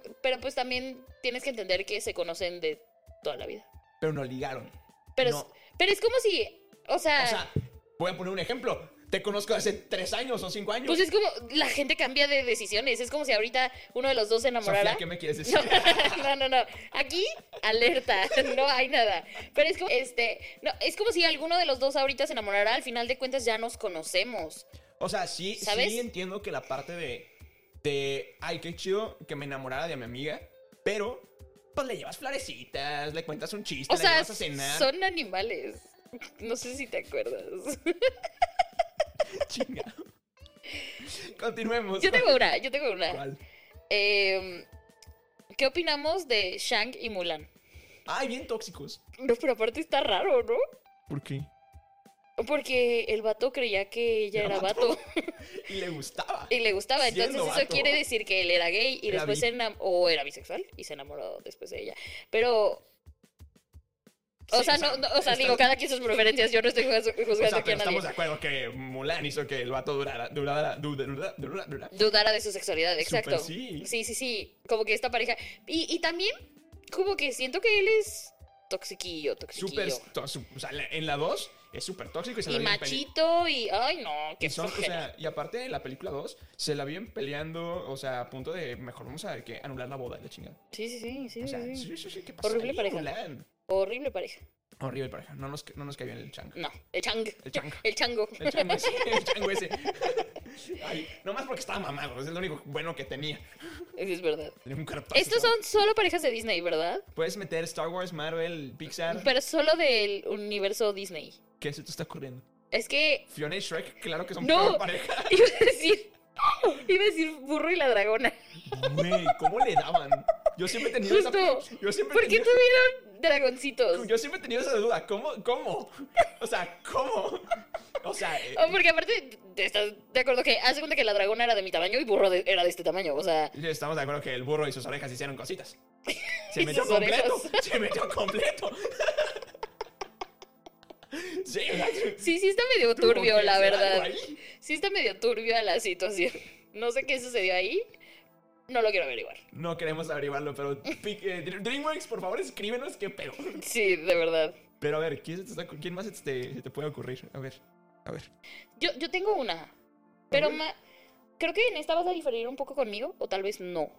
B: pero, pero pues también tienes que entender que se conocen de toda la vida.
A: Pero no ligaron.
B: Pero,
A: No.
B: es, pero es como si, o sea,
A: O sea, voy a poner un ejemplo. Te conozco hace tres años o cinco años.
B: pues es como la gente cambia de decisiones. Es como si ahorita uno de los dos se enamorara.
A: Sofía, ¿qué me quieres decir?
B: No, no, no, no. Aquí, alerta, no hay nada. Pero es como, este, no, es como si alguno de los dos ahorita se enamorara, al final de cuentas ya nos conocemos.
A: O sea, sí,
B: ¿Sabes?
A: sí entiendo que la parte de, de, ay, qué chido que me enamorara de mi amiga, pero pues le llevas florecitas, le cuentas un chiste,
B: O
A: le
B: sea,
A: llevas a cenar.
B: son animales. No sé si te acuerdas.
A: Chinga. Continuemos.
B: Yo tengo una, yo tengo una.
A: ¿Cuál?
B: Eh, ¿Qué opinamos de Shang y Mulan?
A: Ay, bien tóxicos.
B: No, pero aparte está raro, ¿no?
A: ¿Por qué?
B: Porque el vato creía que ella
A: Era
B: era vato
A: Y le gustaba.
B: y le gustaba. Entonces
A: Siendo
B: eso
A: vato.
B: quiere decir que él era gay y
A: Era
B: después
A: bi.
B: se enam- o era bisexual y se enamoró después de ella. Pero o
A: Sí,
B: sea, no, no, o sea,
A: está-
B: digo, cada quien sus preferencias, yo no estoy juzgando,
A: o
B: juzgando
A: sea,
B: aquí
A: pero
B: a nadie.
A: estamos de acuerdo que Mulan hizo que el vato durara, durara, durara, durara, durara, durara.
B: Dudara de su sexualidad, exacto.
A: Súper sí.
B: sí, sí, sí, como que esta pareja y, y también como que siento que él es toxiquillo, toxiquillo.
A: Súper, to- su- o sea, la- en la 2 es súper tóxico y se
B: y
A: la viven pele-
B: machito y ay no,
A: Y,
B: qué
A: son, o
B: flojera.
A: sea, y aparte en la película 2 se la vienen peleando, o sea, a punto de mejor vamos a que anular la boda y la chingada.
B: Sí, sí, sí, sí,
A: O sea,
B: sí, sí.
A: sí, sí, sí, ¿qué pasó
B: Horrible
A: ahí,
B: pareja.
A: Mulan?
B: Horrible pareja.
A: Horrible pareja. No nos, no nos cae bien el chang.
B: No, el chang.
A: El chang.
B: El chango.
A: El chango ese. El chango ese. Ay, nomás porque estaba mamado. Es lo único bueno que tenía.
B: Es verdad.
A: Tenía un cuerpazo,
B: Estos
A: ¿no?
B: son solo parejas de Disney, ¿verdad?
A: Puedes meter Star Wars, Marvel, Pixar.
B: Pero solo del universo Disney.
A: ¿Qué se te está ocurriendo?
B: Es que
A: Fiona y Shrek, claro que son
B: No.
A: peor pareja.
B: iba a decir, iba a decir burro y la dragona.
A: Güey, ¿cómo le daban? Yo siempre he tenido esa...
B: Justo.
A: Yo siempre he
B: ¿Por qué
A: tenido-
B: tuvieron dragoncitos?
A: Yo siempre he tenido esa duda. ¿Cómo? ¿Cómo? O sea, ¿cómo? O sea, eh,
B: Oh, porque aparte, te estás de acuerdo que hace cuenta que la dragona era de mi tamaño y burro de- era de este tamaño. O sea,
A: eh, estamos de acuerdo que el burro y sus orejas hicieron cositas. Se
B: Y
A: metió
B: sus
A: completo.
B: orejas.
A: Se metió completo. Sí, o sea,
B: sí, sí está medio
A: tuvo
B: turbio,
A: que
B: la
A: hacer algo
B: verdad.
A: ahí.
B: Sí está medio turbio la situación. No sé qué sucedió ahí. No lo quiero averiguar.
A: No queremos averiguarlo, pero Pic- eh, DreamWorks, por favor, escríbenos qué pedo.
B: Sí, de verdad.
A: Pero a ver, ¿quién, se te está ocu- quién más se te, se te puede ocurrir? A ver, a ver.
B: Yo, yo tengo una. Pero
A: ver.
B: ma- creo que en esta vas a diferir un poco conmigo, o tal vez no.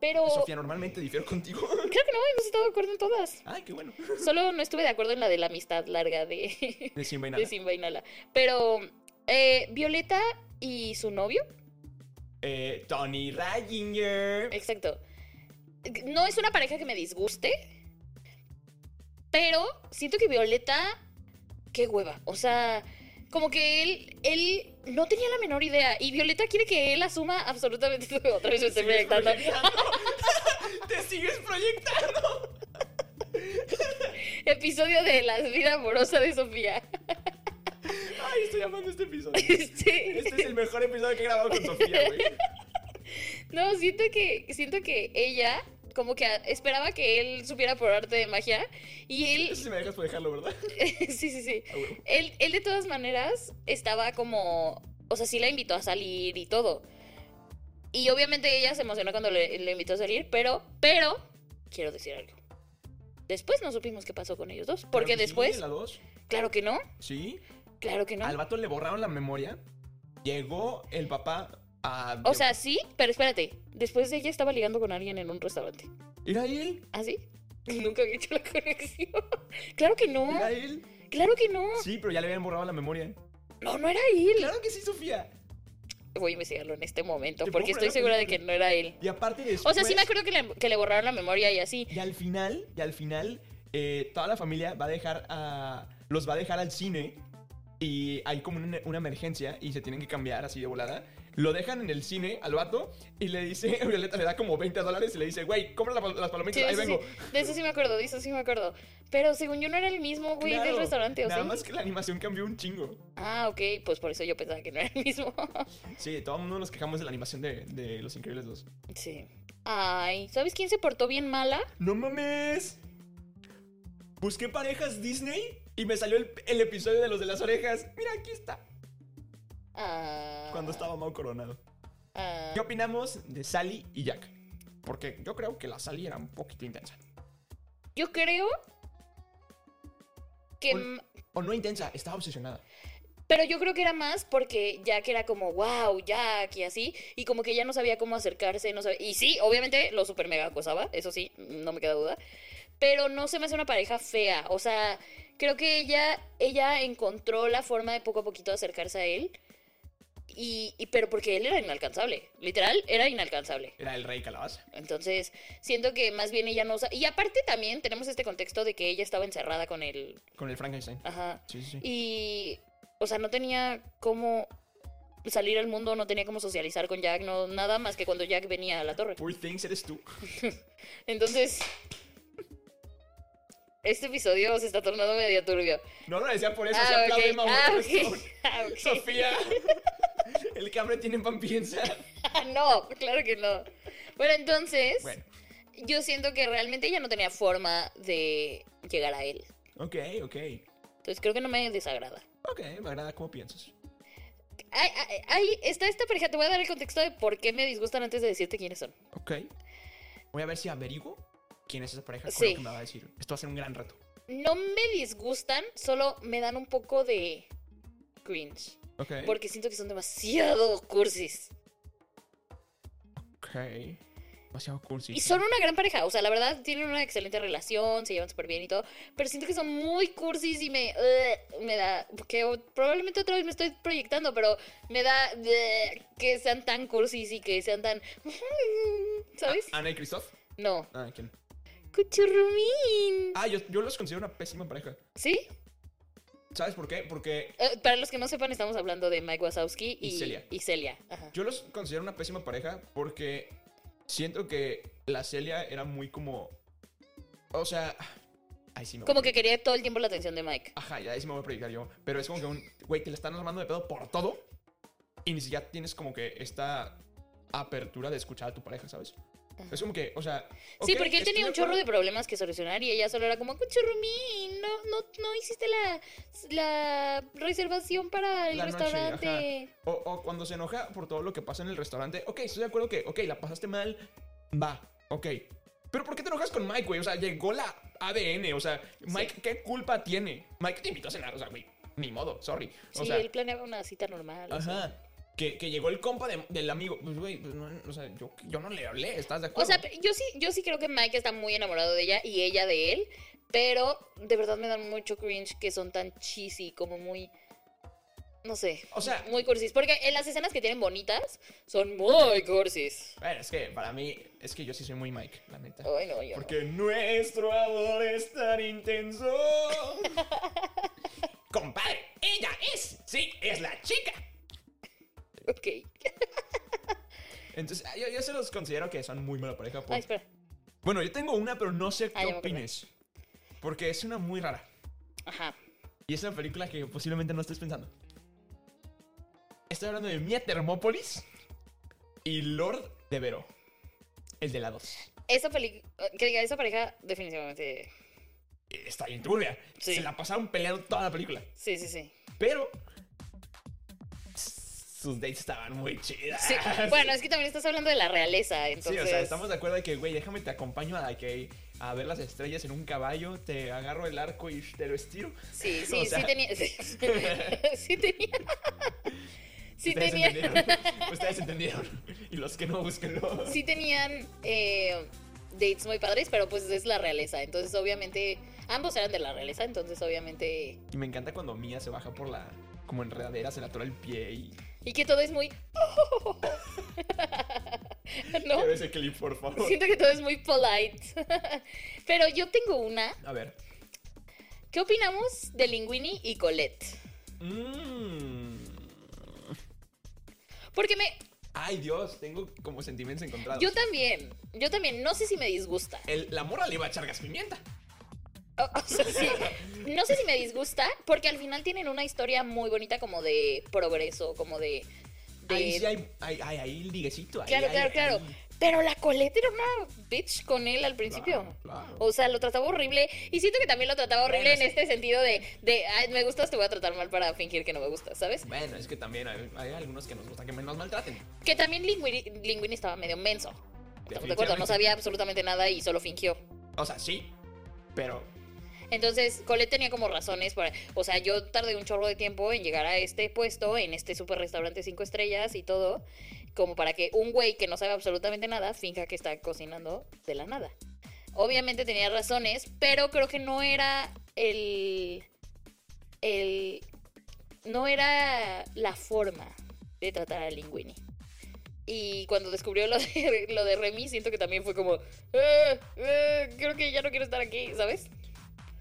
B: Pero
A: Eh, Sofía, normalmente difiero contigo.
B: creo que no, hemos estado de acuerdo en todas.
A: Ay, qué bueno.
B: Solo no estuve de acuerdo en la de la amistad larga de,
A: De Simba y nada.
B: de Simba y Nala. Pero eh, Violeta y su novio,
A: Eh, Tony Rayinger.
B: exacto. No es una pareja que me disguste, pero siento que Violeta, qué hueva. O sea, como que él, él no tenía la menor idea y Violeta quiere que él asuma absolutamente todo. Otra vez me estoy
A: sigues
B: proyectando.
A: proyectando. Te sigues proyectando.
B: Episodio de la vida amorosa de Sofía.
A: Ay, estoy amando este episodio.
B: Este,
A: Este es el mejor episodio que he grabado con Sofía, güey.
B: No, siento que, siento que ella como que a- esperaba que él supiera por arte de magia y
A: Eso
B: él,
A: sí me dejas por dejarlo, ¿verdad?
B: sí, sí, sí,
A: Ah, huevo.
B: él, él de todas maneras estaba como, o sea, sí la invitó a salir y todo. Y obviamente ella se emocionó cuando le, le invitó a salir, pero, pero, quiero decir algo. Después no supimos qué pasó con ellos dos,
A: Pero
B: porque
A: que sí,
B: después,
A: en la dos,
B: claro que no,
A: Sí.
B: claro que no.
A: Al vato le borraron la memoria. Llegó el papá a.
B: O sea, sí, pero espérate, después ella estaba ligando con alguien en un restaurante.
A: ¿Era él?
B: ¿Ah, sí? Nunca había hecho la conexión. claro que no.
A: ¿Era él?
B: Claro que no.
A: Sí, pero ya le habían borrado la memoria.
B: No, no era él.
A: Claro que sí, Sofía.
B: Voy a investigarlo en este momento
A: Te
B: porque
A: puedo poner
B: estoy
A: la
B: segura de que
A: película.
B: no era él.
A: Y aparte de eso.
B: O sea, sí me acuerdo que le, que le borraron la memoria y así.
A: Y al final, y al final, eh, toda la familia va a dejar a. Los va a dejar al cine y hay como una, una emergencia y se tienen que cambiar así de volada. Lo dejan en el cine al vato y le dice, Violeta le da como 20 dólares y le dice, güey, compra la pal- las palomitas,
B: Sí, de,
A: ahí
B: eso sí,
A: vengo.
B: de eso sí me acuerdo, de eso sí me acuerdo. Pero según yo no era el mismo, güey,
A: Claro,
B: del restaurante, ¿o
A: Nada
B: sí?
A: más que la animación cambió un chingo.
B: Ah, ok, pues por eso yo pensaba que no era el mismo.
A: Sí, todo el mundo nos quejamos de la animación de, de Los Increíbles 2.
B: sí. Ay, ¿sabes quién se portó bien mala?
A: ¡No mames! Busqué parejas Disney y me salió el, el episodio de los de las orejas. Mira, aquí está.
B: Ah,
A: Cuando estaba Mau Coronado.
B: ah,
A: ¿Qué opinamos de Sally y Jack? Porque yo creo que la Sally era un poquito intensa.
B: yo creo que...
A: Ol-
B: m-
A: O no intensa, estaba obsesionada.
B: Pero yo creo que era más porque Jack era como, wow, Jack, y así, y como que ya no sabía cómo acercarse, no sabía... Y sí, obviamente lo super mega acosaba, eso sí, no me queda duda. Pero no se me hace una pareja fea, o sea, creo que ella, ella encontró la forma de poco a poquito acercarse a él, y, y- pero porque él era inalcanzable, literal, era inalcanzable.
A: Era el rey calabaza.
B: Entonces, siento que más bien ella no... sa- Y aparte también tenemos este contexto de que ella estaba encerrada con él.
A: Con el Frankenstein.
B: Ajá.
A: Sí, sí, sí.
B: Y, o sea, no tenía cómo salir al mundo, no tenía cómo socializar con Jack, no, nada más que cuando Jack venía a la torre.
A: Poor Things eres tú.
B: Entonces, este episodio se está tornando medio turbio.
A: No lo decía por eso, se
B: Ah,
A: aplaude
B: ok.
A: Mau.
B: Ah,
A: por
B: ok.
A: favor.
B: Ah, ok.
A: Sofía. El cabre tiene pampienza.
B: Ah, no, claro que no. Bueno, entonces,
A: Bueno.
B: yo siento que realmente ella no tenía forma de llegar a él.
A: Ok, ok.
B: Entonces, creo que no me desagrada.
A: Ok, me agrada cómo piensas.
B: Ay, ay, ay, está esta pareja. Te voy a dar el contexto de por qué me disgustan antes de decirte quiénes son.
A: Ok. Voy a ver si averiguo quién es esa pareja con
B: Sí.
A: lo que me va a decir. Esto va a ser un gran reto.
B: No me disgustan, solo me dan un poco de cringe.
A: Ok.
B: Porque siento que son demasiado cursis.
A: Ok. Demasiado cursi.
B: Y son una gran pareja. O sea, la verdad, tienen una excelente relación, se llevan súper bien y todo. Pero siento que son muy cursis y me. ugh, me da. Que o- probablemente otra vez me estoy proyectando, pero me da. ugh, que sean tan cursis y que sean tan. ¿Sabes?
A: Ah, Ana y Christoph.
B: No.
A: Ah, ¿quién?
B: Cuchurrumín.
A: Ah, yo, yo los considero una pésima pareja.
B: ¿Sí?
A: ¿Sabes por qué? Porque
B: Eh, para los que no sepan, estamos hablando de Mike Wazowski y,
A: Y Celia.
B: y Celia. Ajá.
A: yo los considero una pésima pareja porque siento que la Celia era muy como. O sea. Ay, sí me voy
B: Como
A: a-
B: que quería todo el tiempo la atención de Mike.
A: Ajá, ya ahí sí me voy a predicar yo. Pero es como que un. Güey, te la están armando de pedo por todo. Y ni siquiera tienes como que esta apertura de escuchar a tu pareja, ¿sabes? Es como que, o sea.
B: sí, porque él tenía un chorro de problemas que solucionar y ella solo era como, Cuchurrumín, no, no, no hiciste la, la reservación para el
A: La noche,
B: restaurante.
A: O, o cuando se enoja por todo lo que pasa en el restaurante. Ok, estoy de acuerdo que, ok, la pasaste mal. Va, ok. Pero ¿por qué te enojas con Mike, güey? O sea, llegó la ADN. O sea, Mike, ¿qué culpa tiene? Mike te invitó a cenar. O sea, güey, ni modo, sorry. O
B: sí,
A: sea,
B: él planeaba una cita normal. o sea.
A: Ajá. Que, que llegó el compa de- del amigo. Pues, güey, pues, no, o sea, yo, yo no le hablé, ¿estás de
B: O
A: acuerdo?
B: sea, pero yo sí, yo sí creo que Mike está muy enamorado de ella y ella de él, pero de verdad me dan mucho cringe que son tan cheesy, como muy, no sé,
A: O sea-
B: muy cursis. Porque en las escenas que tienen bonitas son muy cursis.
A: Bueno, es que para mí, es que yo sí soy muy Mike, la neta.
B: Ay, no, yo no.
A: Porque nuestro amor es tan intenso. Compadre, ella es, sí, es la chica.
B: Ok.
A: Entonces, yo, yo se los considero que son muy mala pareja. por-
B: Ay, espera.
A: Bueno, yo tengo una, pero no sé qué
B: Ah, ya me acordé.
A: opines. Porque es una muy rara.
B: Ajá.
A: Y es una película que posiblemente no estés pensando. Estoy hablando de Mia Thermopolis y Lord de Vero. El de la 2.
B: Esa película, que diga, esa pareja definitivamente,
A: Está bien turbia.
B: Sí.
A: Se la pasaron peleando toda la película.
B: sí, sí, sí.
A: Pero sus dates estaban muy chidas.
B: Sí, Bueno, es que también estás hablando de la realeza,
A: Sí,
B: entonces.
A: o sea, estamos de acuerdo de que, güey, déjame te acompaño a, que, a ver las estrellas en un caballo, te agarro el arco y te lo estiro.
B: Sí,
A: O
B: sí,
A: sea,
B: sí tenía. Sí, tenía. Sí
A: ustedes
B: tenía.
A: entendieron. Ustedes entendieron. Y los que no, búsquenlo.
B: Sí tenían eh, dates muy padres, pero pues es la realeza. Entonces, obviamente. Ambos eran de la realeza, entonces, obviamente.
A: Y me encanta cuando Mia se baja por la como enredadera, se le atora el pie y
B: Y que todo es muy. ¿No?
A: quiero ese clip, por favor.
B: Siento que todo es muy polite. Pero yo tengo una.
A: A ver.
B: ¿Qué opinamos de Linguini y Colette?
A: Mm,
B: Porque me.
A: Ay, Dios, tengo como sentimientos encontrados.
B: Yo también. Yo también. No sé si me disgusta.
A: El- la mora le iba a echar gas pimienta.
B: O- o sea, sí. No sé si me disgusta, porque al final tienen una historia muy bonita como de progreso, como de. de-
A: Ahí sí hay, hay, hay- hay el liguecito. ahí
B: claro,
A: hay-
B: claro, claro.
A: ahí-
B: Pero la coleta era una bitch con él al principio.
A: Claro, claro.
B: O sea, lo trataba horrible. Y siento que también lo trataba horrible
A: Bueno,
B: en
A: sí.
B: este sentido de, de "Ay, me gustas, te voy a tratar mal para fingir que no me gustas, ¿sabes?
A: Bueno, es que también hay, hay algunos que nos gusta que menos maltraten.
B: Que también Linguini, Linguini estaba medio menso. Estamos de acuerdo, no
A: Definitivamente.
B: sabía absolutamente nada y solo fingió.
A: O sea, sí, pero
B: Entonces, Colette tenía como razones para. O sea, yo tardé un chorro de tiempo en llegar a este puesto, en este super restaurante cinco estrellas y todo, como para que un güey que no sabe absolutamente nada finja que está cocinando de la nada. Obviamente tenía razones, pero creo que no era el. El. No era la forma de tratar a Linguini. Y cuando descubrió lo de, lo de Remy, siento que también fue como. "Eh, eh, creo que ya no quiero estar aquí, ¿sabes?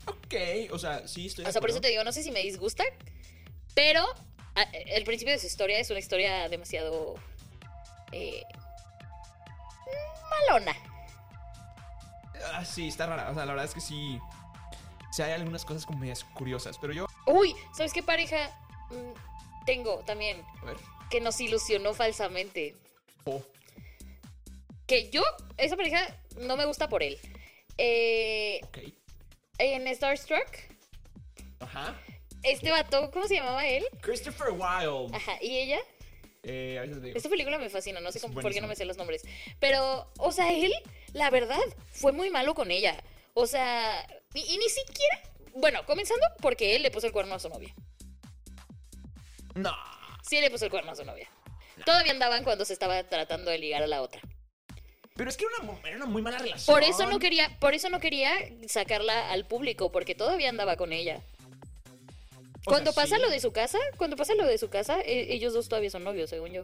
A: ok, o sea, sí estoy de
B: O sea, por
A: acuerdo.
B: eso te digo, no sé si me disgusta, pero a- el principio de su historia es una historia demasiado eh, malona.
A: Ah, sí, está rara. O sea, la verdad es que sí. Sí, hay algunas cosas como medias curiosas, pero yo.
B: Uy, ¿sabes qué pareja mm, tengo también?
A: A ver.
B: Que nos ilusionó falsamente.
A: Oh,
B: Que yo, esa pareja no me gusta por él. Eh,
A: ok.
B: en Starstruck,
A: Ajá.
B: este vato, ¿cómo se llamaba él?
A: Christopher Wilde.
B: Ajá, y ella.
A: Eh, ahorita te digo.
B: Esta película me fascina, no sé
A: Es
B: cómo- por qué
A: buenísima.
B: no me sé los nombres. Pero, o sea, él, la verdad, fue muy malo con ella. O sea, y, y ni siquiera. Bueno, comenzando porque él le puso el cuerno a su novia.
A: No.
B: Sí, le puso el cuerno a su novia. Todavía andaban cuando se estaba tratando de ligar a la otra.
A: Pero es que era una, mu- era una muy mala relación.
B: Por eso no quería, por eso no quería sacarla al público, porque todavía andaba con ella.
A: O
B: Cuando
A: sea,
B: pasa
A: sí.
B: lo de su casa, cuando pasa lo de su casa, e- ellos dos todavía son novios, según yo.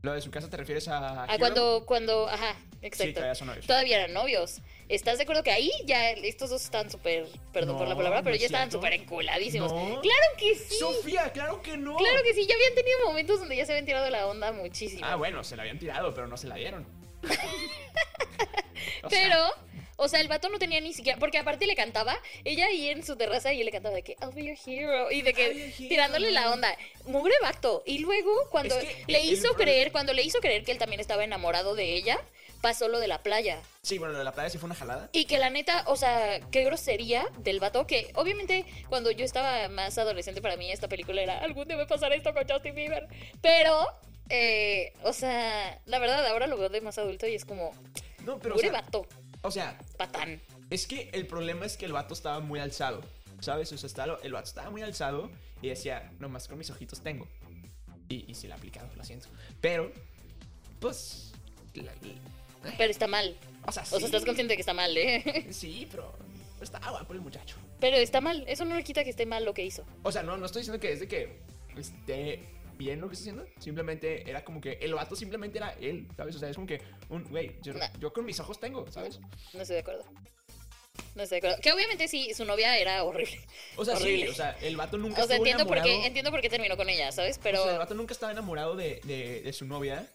A: Lo de su casa te refieres a.
B: A Ah, cuando, cuando, ajá, exacto.
A: Sí, todavía son novios.
B: todavía eran novios. ¿Estás de acuerdo que ahí ya estos dos estaban súper, perdón por la
A: No,
B: palabra, pero
A: no es
B: ya estaban
A: cierto.
B: súper enculadísimos?
A: No.
B: Claro que sí.
A: Sofía, claro que no.
B: Claro que sí, ya habían tenido momentos donde ya se habían tirado la onda muchísimo.
A: Ah, bueno, se la habían tirado, pero no se la dieron. O sea,
B: pero, o sea, el vato no tenía ni siquiera, porque aparte le cantaba, ella ahí en su terraza y él le cantaba de que, I'll be your hero, y de
A: I'll be your
B: que
A: hero.
B: tirándole la onda. Mugre vato. Y luego, cuando
A: Es que
B: le
A: el-
B: hizo
A: el-
B: creer, cuando le hizo creer que él también estaba enamorado de ella, pasó lo de la playa.
A: Sí, bueno, lo de la playa sí fue una jalada.
B: Y que la neta, o sea, qué grosería del vato. Que obviamente cuando yo estaba más adolescente para mí esta película era algún día me pasará esto con Justin Bieber. Pero, eh, o sea, la verdad ahora lo veo de más adulto y es como,
A: No, pero. O
B: pobre
A: sea,
B: vato,
A: o sea,
B: patán.
A: es que el problema es que el vato estaba muy alzado. ¿Sabes? O sea, estaba- el vato estaba muy alzado y decía, nomás con mis ojitos tengo. Y, y sí la ha aplicado, lo siento. Pero, pues. la- la-
B: Pero está mal.
A: o sea, sí.
B: O sea, estás consciente de que está mal, ¿eh?
A: Sí, pero. Está guapo el muchacho.
B: Pero está mal. Eso no le quita que esté mal lo que hizo.
A: O sea, no, no estoy diciendo que es de que esté bien lo que está haciendo. Simplemente era como que el vato simplemente era él, ¿sabes? O sea, es como que un, güey, yo,
B: Nah.
A: yo con mis ojos tengo, ¿sabes?
B: No estoy de acuerdo. No estoy de acuerdo. Que obviamente sí, su novia era horrible.
A: O sea,
B: Horrible.
A: sí, o sea, el vato nunca
B: O
A: estuvo
B: sea, entiendo por,
A: enamorado.
B: qué, entiendo por qué terminó con ella, ¿sabes? Pero...
A: O sea, el vato nunca estaba enamorado de, de- de su novia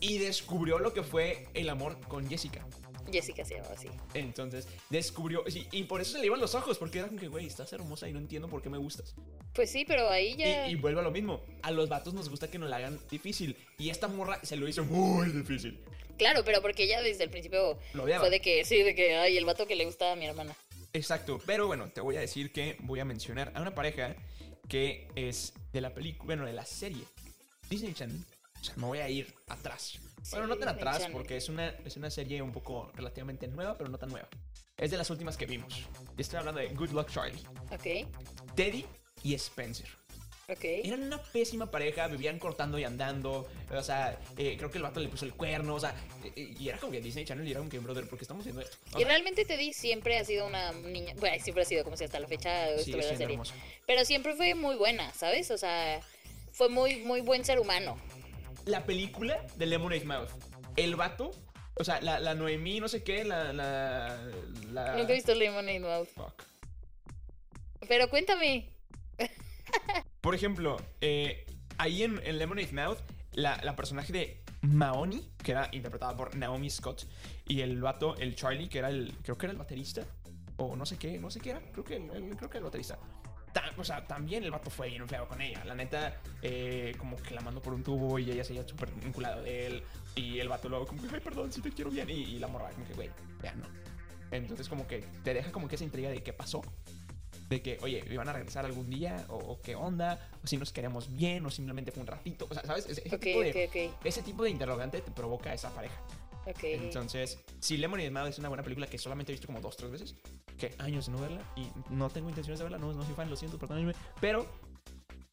A: y descubrió lo que fue el amor con Jessica.
B: Jessica se llamaba así.
A: Entonces, descubrió, sí, y por eso se le iban los ojos, porque era como que, güey, estás hermosa y no entiendo por qué me gustas.
B: Pues sí, pero ahí
A: Y,
B: ya...
A: y vuelvo a lo mismo, a los vatos nos gusta que nos la hagan difícil, y esta morra se lo hizo muy difícil.
B: Claro, pero porque ella desde el principio
A: Lo odiaba.
B: fue de que, sí, de que, ay, el vato que le gusta a mi hermana.
A: Exacto, pero bueno, te voy a decir que voy a mencionar a una pareja que es de la película, bueno, de la serie Disney Channel. O sea, me voy a ir atrás. bueno, no tan
B: Disney
A: atrás
B: Channel.
A: porque es una, es una serie un poco relativamente nueva, pero no tan nueva. Es de las últimas que vimos. Estoy hablando de Good Luck Charlie.
B: Ok,
A: Teddy y Spencer.
B: ok.
A: Eran una pésima pareja, vivían cortando y andando. O sea, eh, creo que el vato le puso el cuerno. O sea, eh, eh, y era como que Disney Channel y era como que, brother, ¿por qué estamos viendo esto? O
B: Y
A: sea,
B: realmente Teddy siempre ha sido una niña, bueno, siempre ha sido como si hasta la fecha
A: sigue
B: estuviera la
A: siendo
B: serie.
A: hermosa.
B: Pero siempre fue muy buena, ¿sabes? O sea, fue muy, muy buen ser humano.
A: la película de Lemonade Mouth. El vato, o sea, la, la Noemí, no sé qué, la. la, la-
B: Nunca he visto Lemonade Mouth.
A: Fuck.
B: Pero cuéntame.
A: Por ejemplo, eh, ahí en, en Lemonade Mouth, la, la personaje de Maoni, que era interpretada por Naomi Scott, y el vato, el Charlie, que era el, creo que era el baterista, o no sé qué, no sé qué era, creo que el, el- creo que el baterista. Ta- o sea, también el vato fue bien feo con ella. La neta, eh, como que la mandó por un tubo y ella se iba súper vinculada de él. Y el vato luego, como que, ay, perdón, si te quiero bien. Y, y la morra, como que, güey, ya no. Entonces, como que te deja como que esa intriga de qué pasó de que, oye, iban a regresar algún día, o, o qué onda, o si nos queremos bien, o simplemente fue un ratito. O sea, ¿sabes? Ese, ese
B: Ok,
A: tipo, de,
B: ok, ok.
A: ese tipo de interrogante te provoca esa pareja.
B: Ok.
A: Entonces, si Lemonade Mouth es una buena película que solamente he visto como dos, tres veces, que años de no verla, y no tengo intenciones de verla, no, no soy fan, lo siento, perdónenme, pero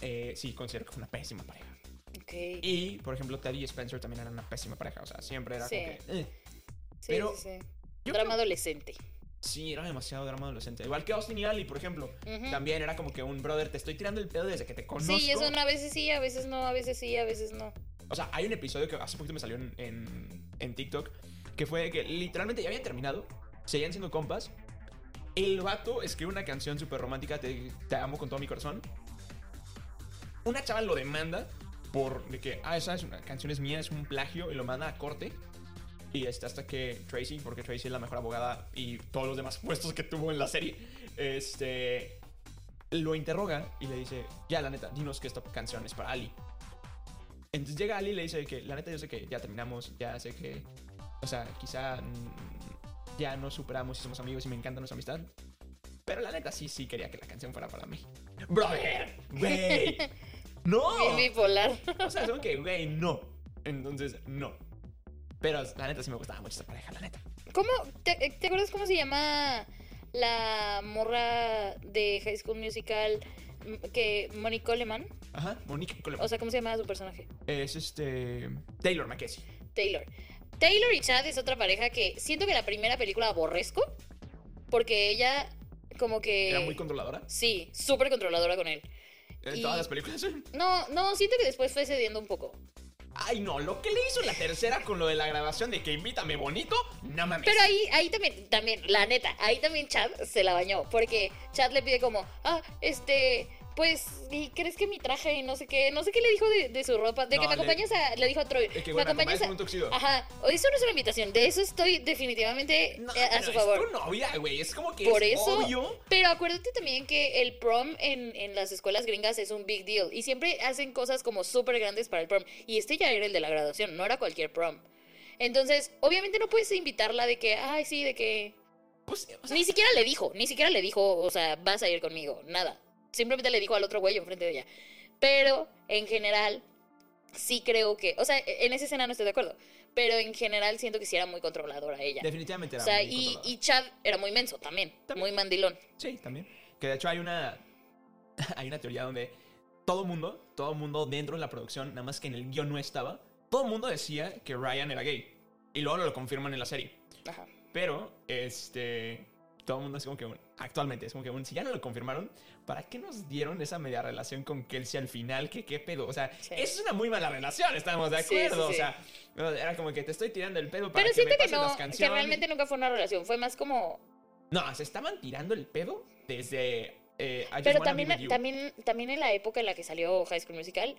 A: eh, sí considero que fue una pésima pareja.
B: ok.
A: Y, por ejemplo, Teddy y Spencer también eran una pésima pareja, o sea, siempre era
B: Sí.
A: como que... eh.
B: Sí,
A: pero-
B: sí, sí.
A: Yo
B: Drama
A: creo-
B: adolescente.
A: Sí, era demasiado drama adolescente. Igual que Austin y Ali, por ejemplo.
B: Ujú.
A: También era como que un brother, te estoy tirando el pedo desde que te conozco.
B: Sí, eso a veces sí, a veces no, a veces sí, a veces no.
A: O sea, hay un episodio que hace poquito me salió en, en, en TikTok que fue de que literalmente ya habían terminado, seguían siendo compas. El vato escribe una canción súper romántica, te, te amo con todo mi corazón. Una chava lo demanda por de que, ah, esa es una canción es mía, es un plagio, y lo manda a corte. Y este, hasta que Tracy, porque Tracy es la mejor abogada y todos los demás puestos que tuvo en la serie, este, lo interroga y le dice, ya la neta, dinos que esta canción es para Ali. Entonces llega Ali y le dice que, la neta, yo sé que ya terminamos, ya sé que, o sea, quizá mm, ya nos superamos y somos amigos y me encanta nuestra amistad. Pero la neta, sí, sí quería que la canción fuera para mí. ¡Brother! ¡Güey! ¡No!
B: Bien bipolar.
A: O sea, son que, güey, no. Entonces, no. Pero la neta sí me gustaba mucho esta pareja, la neta.
B: ¿Cómo? ¿Te, te acuerdas cómo se llama la morra de High School Musical mm, que Monique Coleman?
A: Ajá, Monique Coleman.
B: O sea, ¿cómo se llamaba su personaje?
A: es este. Taylor Mackenzie.
B: Taylor. Taylor y Chad es otra pareja que siento que la primera película aborrezco porque ella como que...
A: Era muy controladora.
B: Sí, súper controladora con él.
A: En
B: Eh, y-
A: todas las películas.
B: No, no, siento que después fue cediendo un poco.
A: Ay, no, lo que le hizo en la tercera con lo de la grabación de que invítame bonito, no mames.
B: Pero ahí, ahí también, también, la neta, ahí también Chad se la bañó, porque Chad le pide como, ah, este, pues, ¿y ¿crees que mi traje y no sé qué? No sé qué le dijo de, de su ropa, de
A: No,
B: que me
A: le-
B: acompañas a, le dijo a Troy,
A: Es que,
B: me
A: bueno, acompañas
B: acompañas a...
A: con un tuxedo.
B: Ajá, eso no es una invitación, de eso estoy definitivamente
A: No,
B: eh, a
A: pero
B: su
A: Es
B: favor.
A: tu novia, güey. Es como que
B: Por
A: es
B: eso,
A: obvio.
B: pero acuérdate también que el prom en, en las escuelas gringas es un big deal y siempre hacen cosas como súper grandes para el prom. Y este ya era el de la graduación, no era cualquier prom. Entonces, obviamente no puedes invitarla de que, ay, sí, de que
A: Pues, o sea,
B: Ni siquiera le dijo, ni siquiera le dijo, o sea, vas a ir conmigo, nada. Simplemente le dijo al otro güey enfrente de ella. Pero, en general, sí creo que, o sea, en esa escena no estoy de acuerdo, pero en general siento que sí era muy controladora ella.
A: definitivamente
B: O
A: era.
B: sea,
A: muy
B: y,
A: controladora.
B: y Chad era muy menso también,
A: También.
B: muy mandilón.
A: Sí, también. Que de hecho hay una. Hay una teoría donde todo mundo, todo mundo dentro de la producción, nada más que en el guión no estaba, todo mundo decía que Ryan era gay. Y luego lo confirman en la serie.
B: Ajá.
A: Pero, este. Todo el mundo es como que. un- Actualmente es como que un. Si ya no lo confirmaron, ¿para qué nos dieron esa media relación con Kelsey al final? ¿Qué, qué pedo? O sea,
B: Sí.
A: es una muy mala relación, estamos de
B: Sí, sí,
A: acuerdo.
B: sí.
A: O sea, era como que te estoy tirando el pedo para
B: Pero
A: que me
B: siento que
A: pases las
B: no,
A: canciones.
B: que realmente nunca fue una relación, fue más como...
A: No, se estaban tirando el pedo desde. eh, I Just
B: Pero
A: Wanna Be With
B: también,
A: You.
B: también, también en la época en la que salió High School Musical,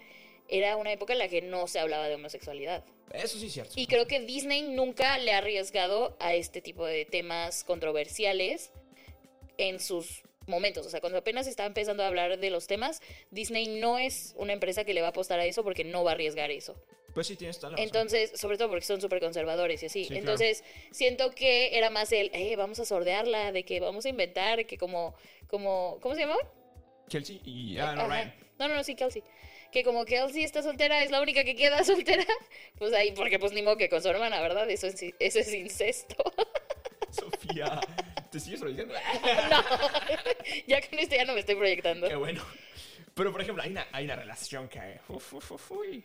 B: era una época en la que no se hablaba de homosexualidad.
A: Eso sí es cierto.
B: Y creo que Disney nunca le ha arriesgado a este tipo de temas controversiales en sus momentos. O sea, cuando apenas estaba empezando a hablar de los temas, Disney no es una empresa que le va a apostar a eso porque no va a arriesgar eso.
A: Pues sí, tienes toda la razón.
B: Entonces, sobre todo porque son súper conservadores y así.
A: Sí, claro.
B: Entonces, siento que era más el, eh, vamos a sordearla, de que vamos a inventar, que como, como, ¿cómo se llamaba?
A: Kelsey y ah, no,
B: Ajá.
A: Ryan.
B: No, no, no, sí, Kelsey. Que como Kelsey está soltera, es la única que queda soltera, pues ahí, porque pues ni modo que con su hermana, ¿verdad? Eso es, eso es incesto.
A: Sofía. ¿Te sigues proyectando?
B: no, ya con esto ya no me estoy proyectando.
A: Qué bueno. Pero, por ejemplo, hay una, hay una relación que. Uf, uf, uf, uy.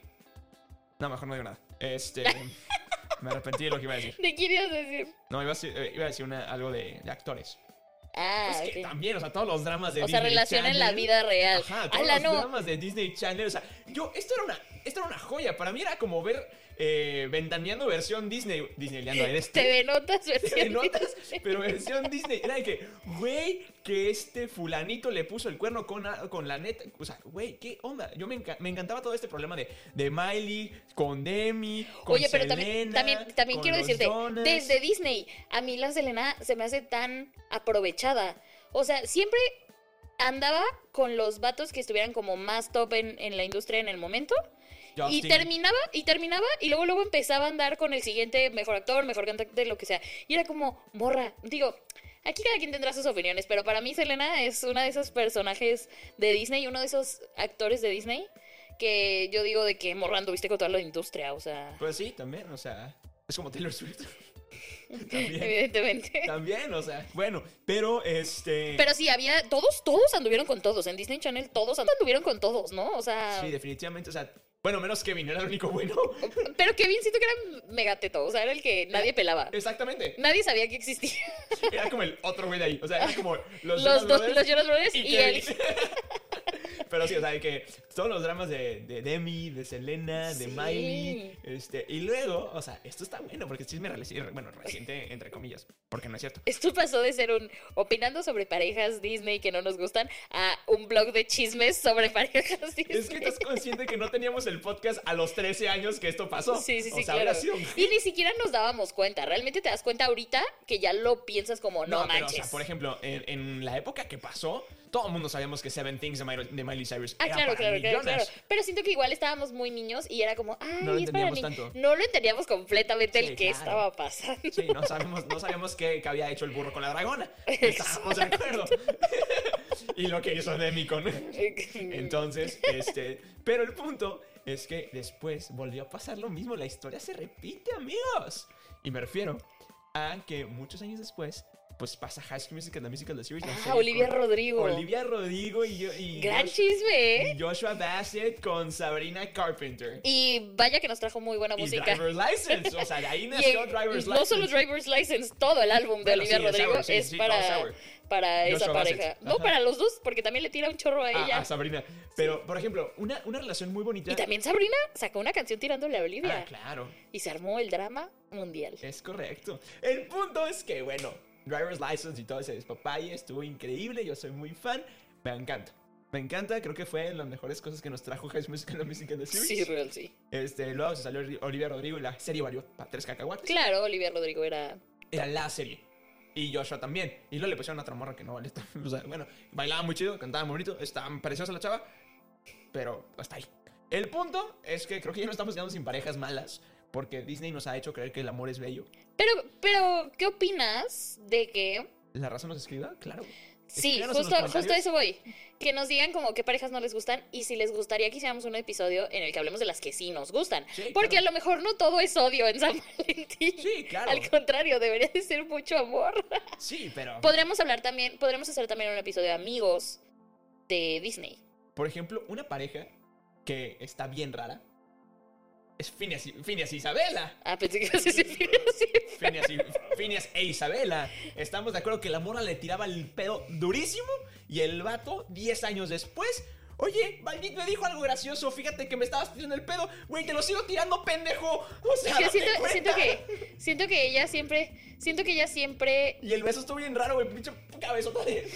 A: No, mejor no digo nada. Este. me arrepentí de lo que iba a decir.
B: ¿De quién ibas a decir?
A: No, iba a decir, eh, iba a decir una- algo de, de actores.
B: Ah,
A: es Pues que
B: ok.
A: también, o sea, todos los dramas de
B: O sea,
A: Disney
B: relación en la
A: Channel-
B: vida real.
A: Ajá, todos
B: Ala,
A: los
B: no.
A: dramas de Disney Channel. O sea, yo, esto era una esta era una joya. Para mí era como ver eh, Ventaneando versión Disney. Disneyleando, eres tú.
B: TV Notas versión
A: ¿Te notas?
B: Disney.
A: Pero versión Disney. Era de que, güey, que este fulanito le puso el cuerno con, a- con la neta. O sea, güey, ¿qué onda? Yo me, enca- me encantaba todo este problema de, de Miley, con Demi, con
B: Oye, pero también,
A: Selena,
B: también, también
A: con
B: quiero
A: los
B: decirte,
A: Jonas.
B: desde Disney, a mí la Selena se me hace tan aprovechada. O sea, siempre andaba con los vatos que estuvieran como más top en, en la industria en el momento. Y
A: Justin.
B: terminaba, y terminaba, y luego luego empezaba a andar con el siguiente mejor actor, mejor cantante, lo que sea. Y era como, morra, digo, aquí cada quien tendrá sus opiniones, pero para mí Selena es una de esos personajes de Disney, uno de esos actores de Disney, que yo digo de que morra anduviste con toda la industria, o sea,
A: Pues sí, también, o sea, es como Taylor Swift. también,
B: evidentemente.
A: también, o sea, bueno, pero este...
B: Pero sí, había, todos, todos anduvieron con todos, en Disney Channel todos anduvieron con todos, ¿no? O sea,
A: Sí, definitivamente, o sea, bueno, menos Kevin, era el único bueno.
B: pero Kevin siento que era megateto, o sea, era el que
A: Eh,
B: nadie pelaba.
A: Exactamente,
B: Nadie sabía que existía.
A: era como el otro güey de ahí, o sea, era como los,
B: los
A: Jonas
B: dos,
A: Brothers
B: los Jonas Brothers y, él.
A: Kevin. Pero sí, o sea, de que todos los dramas de, de Demi, de Selena, de
B: Sí.
A: Miley, este, y luego, o sea, esto está bueno, porque sí es mi relación, bueno, reciente, entre comillas, porque no es cierto.
B: Esto pasó de ser un opinando sobre parejas Disney que no nos gustan a un blog de chismes sobre parejas Disney.
A: Es que estás consciente que no teníamos el podcast a los 13 años que esto pasó.
B: Sí, sí, sí,
A: o sea,
B: claro.
A: hubiera sido un
B: Y ni siquiera nos dábamos cuenta. Realmente te das cuenta ahorita que ya lo piensas como
A: pero,
B: no,
A: o
B: manches.
A: sea, por ejemplo, en, en la época que pasó, todo el mundo sabíamos que Seven Things de Miley, de Miley Cyrus
B: Ah,
A: era
B: claro,
A: para
B: claro, claro, claro.
A: millones.
B: Pero siento que igual estábamos muy niños y era como, ay,
A: No lo
B: es para
A: entendíamos
B: ni-".
A: tanto.
B: No lo entendíamos completamente
A: Sí,
B: el que
A: claro.
B: estaba pasando.
A: Sí, no sabemos, no sabemos qué, qué había hecho el burro con la dragona. Estábamos de acuerdo. y lo que hizo Demi con... Entonces, este... Pero el punto es que después volvió a pasar lo mismo. La historia se repite, amigos. Y me refiero a que muchos años después, pues pasa High School Musical, The Musical, The Series. la
B: ah,
A: serie
B: Olivia
A: con-
B: Rodrigo.
A: Olivia Rodrigo y yo... Y
B: Gran
A: Josh-
B: chisme, ¿eh?
A: y Joshua Bassett con Sabrina Carpenter.
B: Y vaya que nos trajo muy buena
A: Y
B: música.
A: Driver's License. O sea, de ahí
B: Y,
A: nació
B: eh,
A: Driver's
B: no
A: License.
B: solo Driver's License, todo el álbum de
A: Bueno,
B: Olivia
A: sí, el
B: Rodrigo
A: Sour, sí,
B: es
A: sí, todo
B: para,
A: Sour.
B: para esa
A: Joshua Bassett,
B: pareja. No,
A: ajá. Ah,
B: para los dos, porque también le tira un chorro a
A: a,
B: ella.
A: a Sabrina. Pero, por ejemplo, una, una relación muy bonita.
B: y también Sabrina sacó una canción tirándole a Olivia.
A: Ah, claro,
B: Y se armó el drama mundial.
A: es correcto. El punto es que, bueno, Driver's License y todo ese despapalle estuvo increíble. Yo soy muy fan. Me encanta. Me encanta, creo que fue de las mejores cosas que nos trajo High School Musical, la música de series.
B: Sí, real, sí.
A: Este, luego se salió Olivia Rodrigo y la serie varió para tres cacahuates.
B: Claro, Olivia Rodrigo era.
A: Era la serie. Y Joshua también. Y luego le pusieron a otra morra que no vale. tan- O sea, bueno, bailaba muy chido, cantaba muy bonito, estaba preciosa la chava. Pero hasta ahí. El punto es que creo que ya no estamos quedando sin parejas malas. Porque Disney nos ha hecho creer que el amor es bello.
B: Pero, pero, ¿qué opinas de que
A: ¿La razón nos escriba? Claro.
B: Sí,
A: Escríbanos en
B: justo,
A: los
B: justo a
A: comentarios.
B: eso voy. Que nos digan como qué parejas no les gustan y si les gustaría que hiciéramos un episodio en el que hablemos de las que sí nos gustan.
A: Sí,
B: Porque
A: claro.
B: a lo mejor no todo es odio en San Valentín.
A: Sí, claro.
B: Al contrario, debería de ser mucho amor.
A: Sí, pero.
B: Podríamos hablar también, podríamos hacer también un episodio de amigos de Disney.
A: Por ejemplo, una pareja que está bien rara es Phineas y, Phineas e Isabela.
B: Ah, pensé que ibas a decir así.
A: Phineas, y- Phineas e Isabela. Estamos de acuerdo que la mora le tiraba el pedo durísimo y el vato, 10 años después, oye, Valdit me dijo algo gracioso, fíjate que me estabas tirando el pedo, güey, te lo sigo tirando, pendejo. O sea,
B: Que
A: date
B: siento,
A: cuenta.
B: siento que, siento que ella siempre, siento que ella siempre
A: Y el beso estuvo bien raro, güey, pinche cabezota de...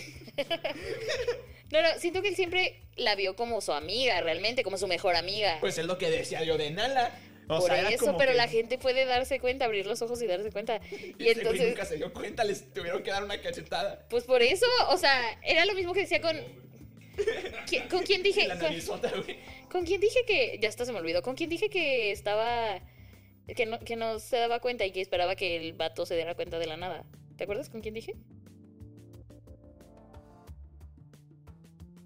B: No, no, siento que él siempre la vio como su amiga, realmente, como su mejor amiga.
A: Pues es lo que decía yo de Nala. O
B: Por
A: sea, era
B: eso,
A: como
B: pero
A: que-
B: la gente puede darse cuenta, abrir los ojos y darse cuenta. Y
A: Ese güey
B: entonces,
A: nunca se dio cuenta, les tuvieron que dar una cachetada.
B: pues por eso, o sea, era lo mismo que decía con... ¿Qui- ¿Con quién
A: Y
B: dije?
A: la
B: Con,
A: narizota, güey.
B: con quién dije que... Ya hasta se me olvidó. ¿Con quién dije que estaba... Que no, que no se daba cuenta y que esperaba que el vato se diera cuenta de la nada? ¿Te acuerdas con quién dije?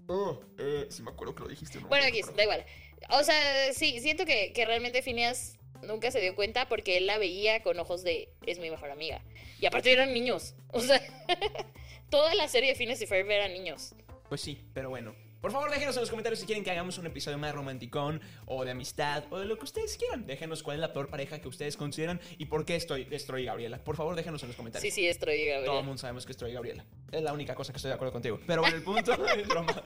A: Oh, eh, si me acuerdo que lo dijiste, ¿no?
B: Bueno,
A: no
B: aquí
A: me acuerdo.
B: da igual. O sea, sí, siento que, que realmente Phineas nunca se dio cuenta porque él la veía con ojos de es mi mejor amiga. Y aparte eran niños. O sea, toda la serie de Phineas y Ferb eran niños.
A: Pues sí, pero bueno. Por favor, déjenos en los comentarios si quieren que hagamos un episodio más romanticón o de amistad o de lo que ustedes quieran. Déjenos cuál es la peor pareja que ustedes consideran y por qué estoy Troy y Gabriela. Por favor, déjenos en los comentarios.
B: Sí, sí, es Troy y
A: Todo el
B: Gabriel.
A: mundo sabemos que es Troy y Gabriela. Es la única cosa que estoy de acuerdo contigo. Pero bueno, el punto es broma.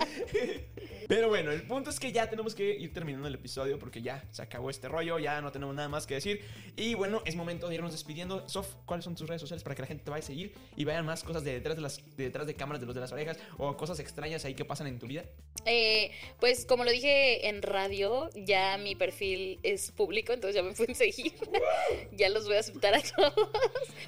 A: Pero bueno, el punto es que ya tenemos que ir terminando el episodio porque ya se acabó este rollo, ya no tenemos nada más que decir. Y bueno, es momento de irnos despidiendo. Sof, ¿cuáles son tus redes sociales para que la gente te vaya a seguir y vean más cosas de detrás de, las, de detrás de cámaras de los de las orejas o cosas extrañas ahí que pasan en tu vida?
B: Eh, pues como lo dije en radio, ya mi perfil es público, entonces ya me pueden seguir. ya los voy a aceptar a todos,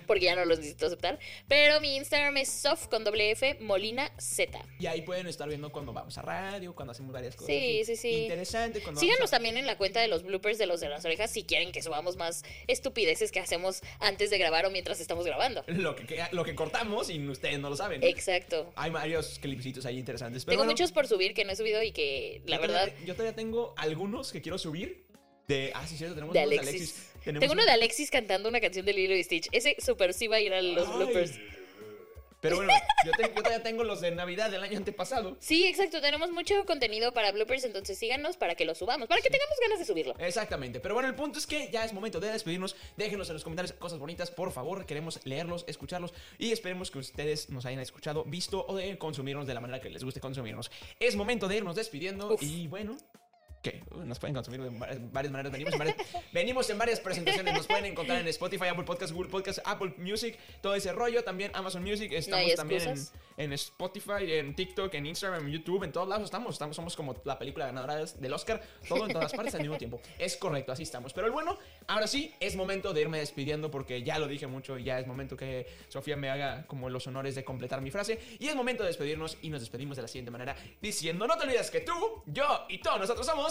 B: porque ya no los necesito aceptar. Pero mi Instagram es soft con doble F, Molina Z.
A: Y ahí pueden estar viendo cuando vamos a radio, cuando hacemos varias cosas.
B: Sí,
A: así
B: sí, sí.
A: Interesante. Cuando
B: Síganos
A: vamos a-
B: también en la cuenta de los bloopers de los de las orejas si quieren que subamos más estupideces que hacemos antes de grabar o mientras estamos grabando.
A: Lo que, que- lo que cortamos y ustedes no lo saben.
B: Exacto.
A: Hay varios clipsitos ahí interesantes. Pero
B: Tengo
A: bueno,
B: muchos por subir que no he subido y que la
A: yo todavía-
B: verdad
A: yo todavía tengo algunos que quiero subir. De, ah, sí, cierto, tenemos
B: de
A: unos de
B: Alexis.
A: Tenemos
B: Tengo uno
A: un-
B: de Alexis cantando una canción de Lilo y Stitch. Ese super sí va a ir a los
A: Ay.
B: bloopers.
A: Pero bueno, yo, tengo, yo todavía tengo los de Navidad del año antepasado.
B: Sí, exacto. Tenemos mucho contenido para bloopers, entonces síganos para que lo subamos, para que tengamos ganas de subirlo.
A: Exactamente. Pero bueno, el punto es que ya es momento de despedirnos. Déjenos en los comentarios cosas bonitas, por favor. Queremos leerlos, escucharlos y esperemos que ustedes nos hayan escuchado, visto o de consumirnos de la manera que les guste consumirnos. Es momento de irnos despidiendo
B: Uf.
A: y bueno. ¿Qué? Uy, Nos pueden consumir de varias, varias maneras. Venimos en varias, venimos en varias presentaciones. Nos pueden encontrar en Spotify, Apple Podcasts, Google Podcasts, Apple Music, todo ese rollo. También Amazon Music. Estamos
B: hay
A: también en,
B: excusas.
A: en Spotify, en TikTok, en Instagram, en YouTube, en todos lados estamos. estamos. Somos como la película ganadora des- del Oscar, todo en todas partes al mismo tiempo. Es correcto, así estamos. Pero bueno, ahora sí es momento de irme despidiendo porque ya lo dije mucho y ya es momento que Sofía me haga como los honores de completar mi frase. Y es momento de despedirnos y nos despedimos de la siguiente manera diciendo: No te olvides que tú, yo y todos nosotros somos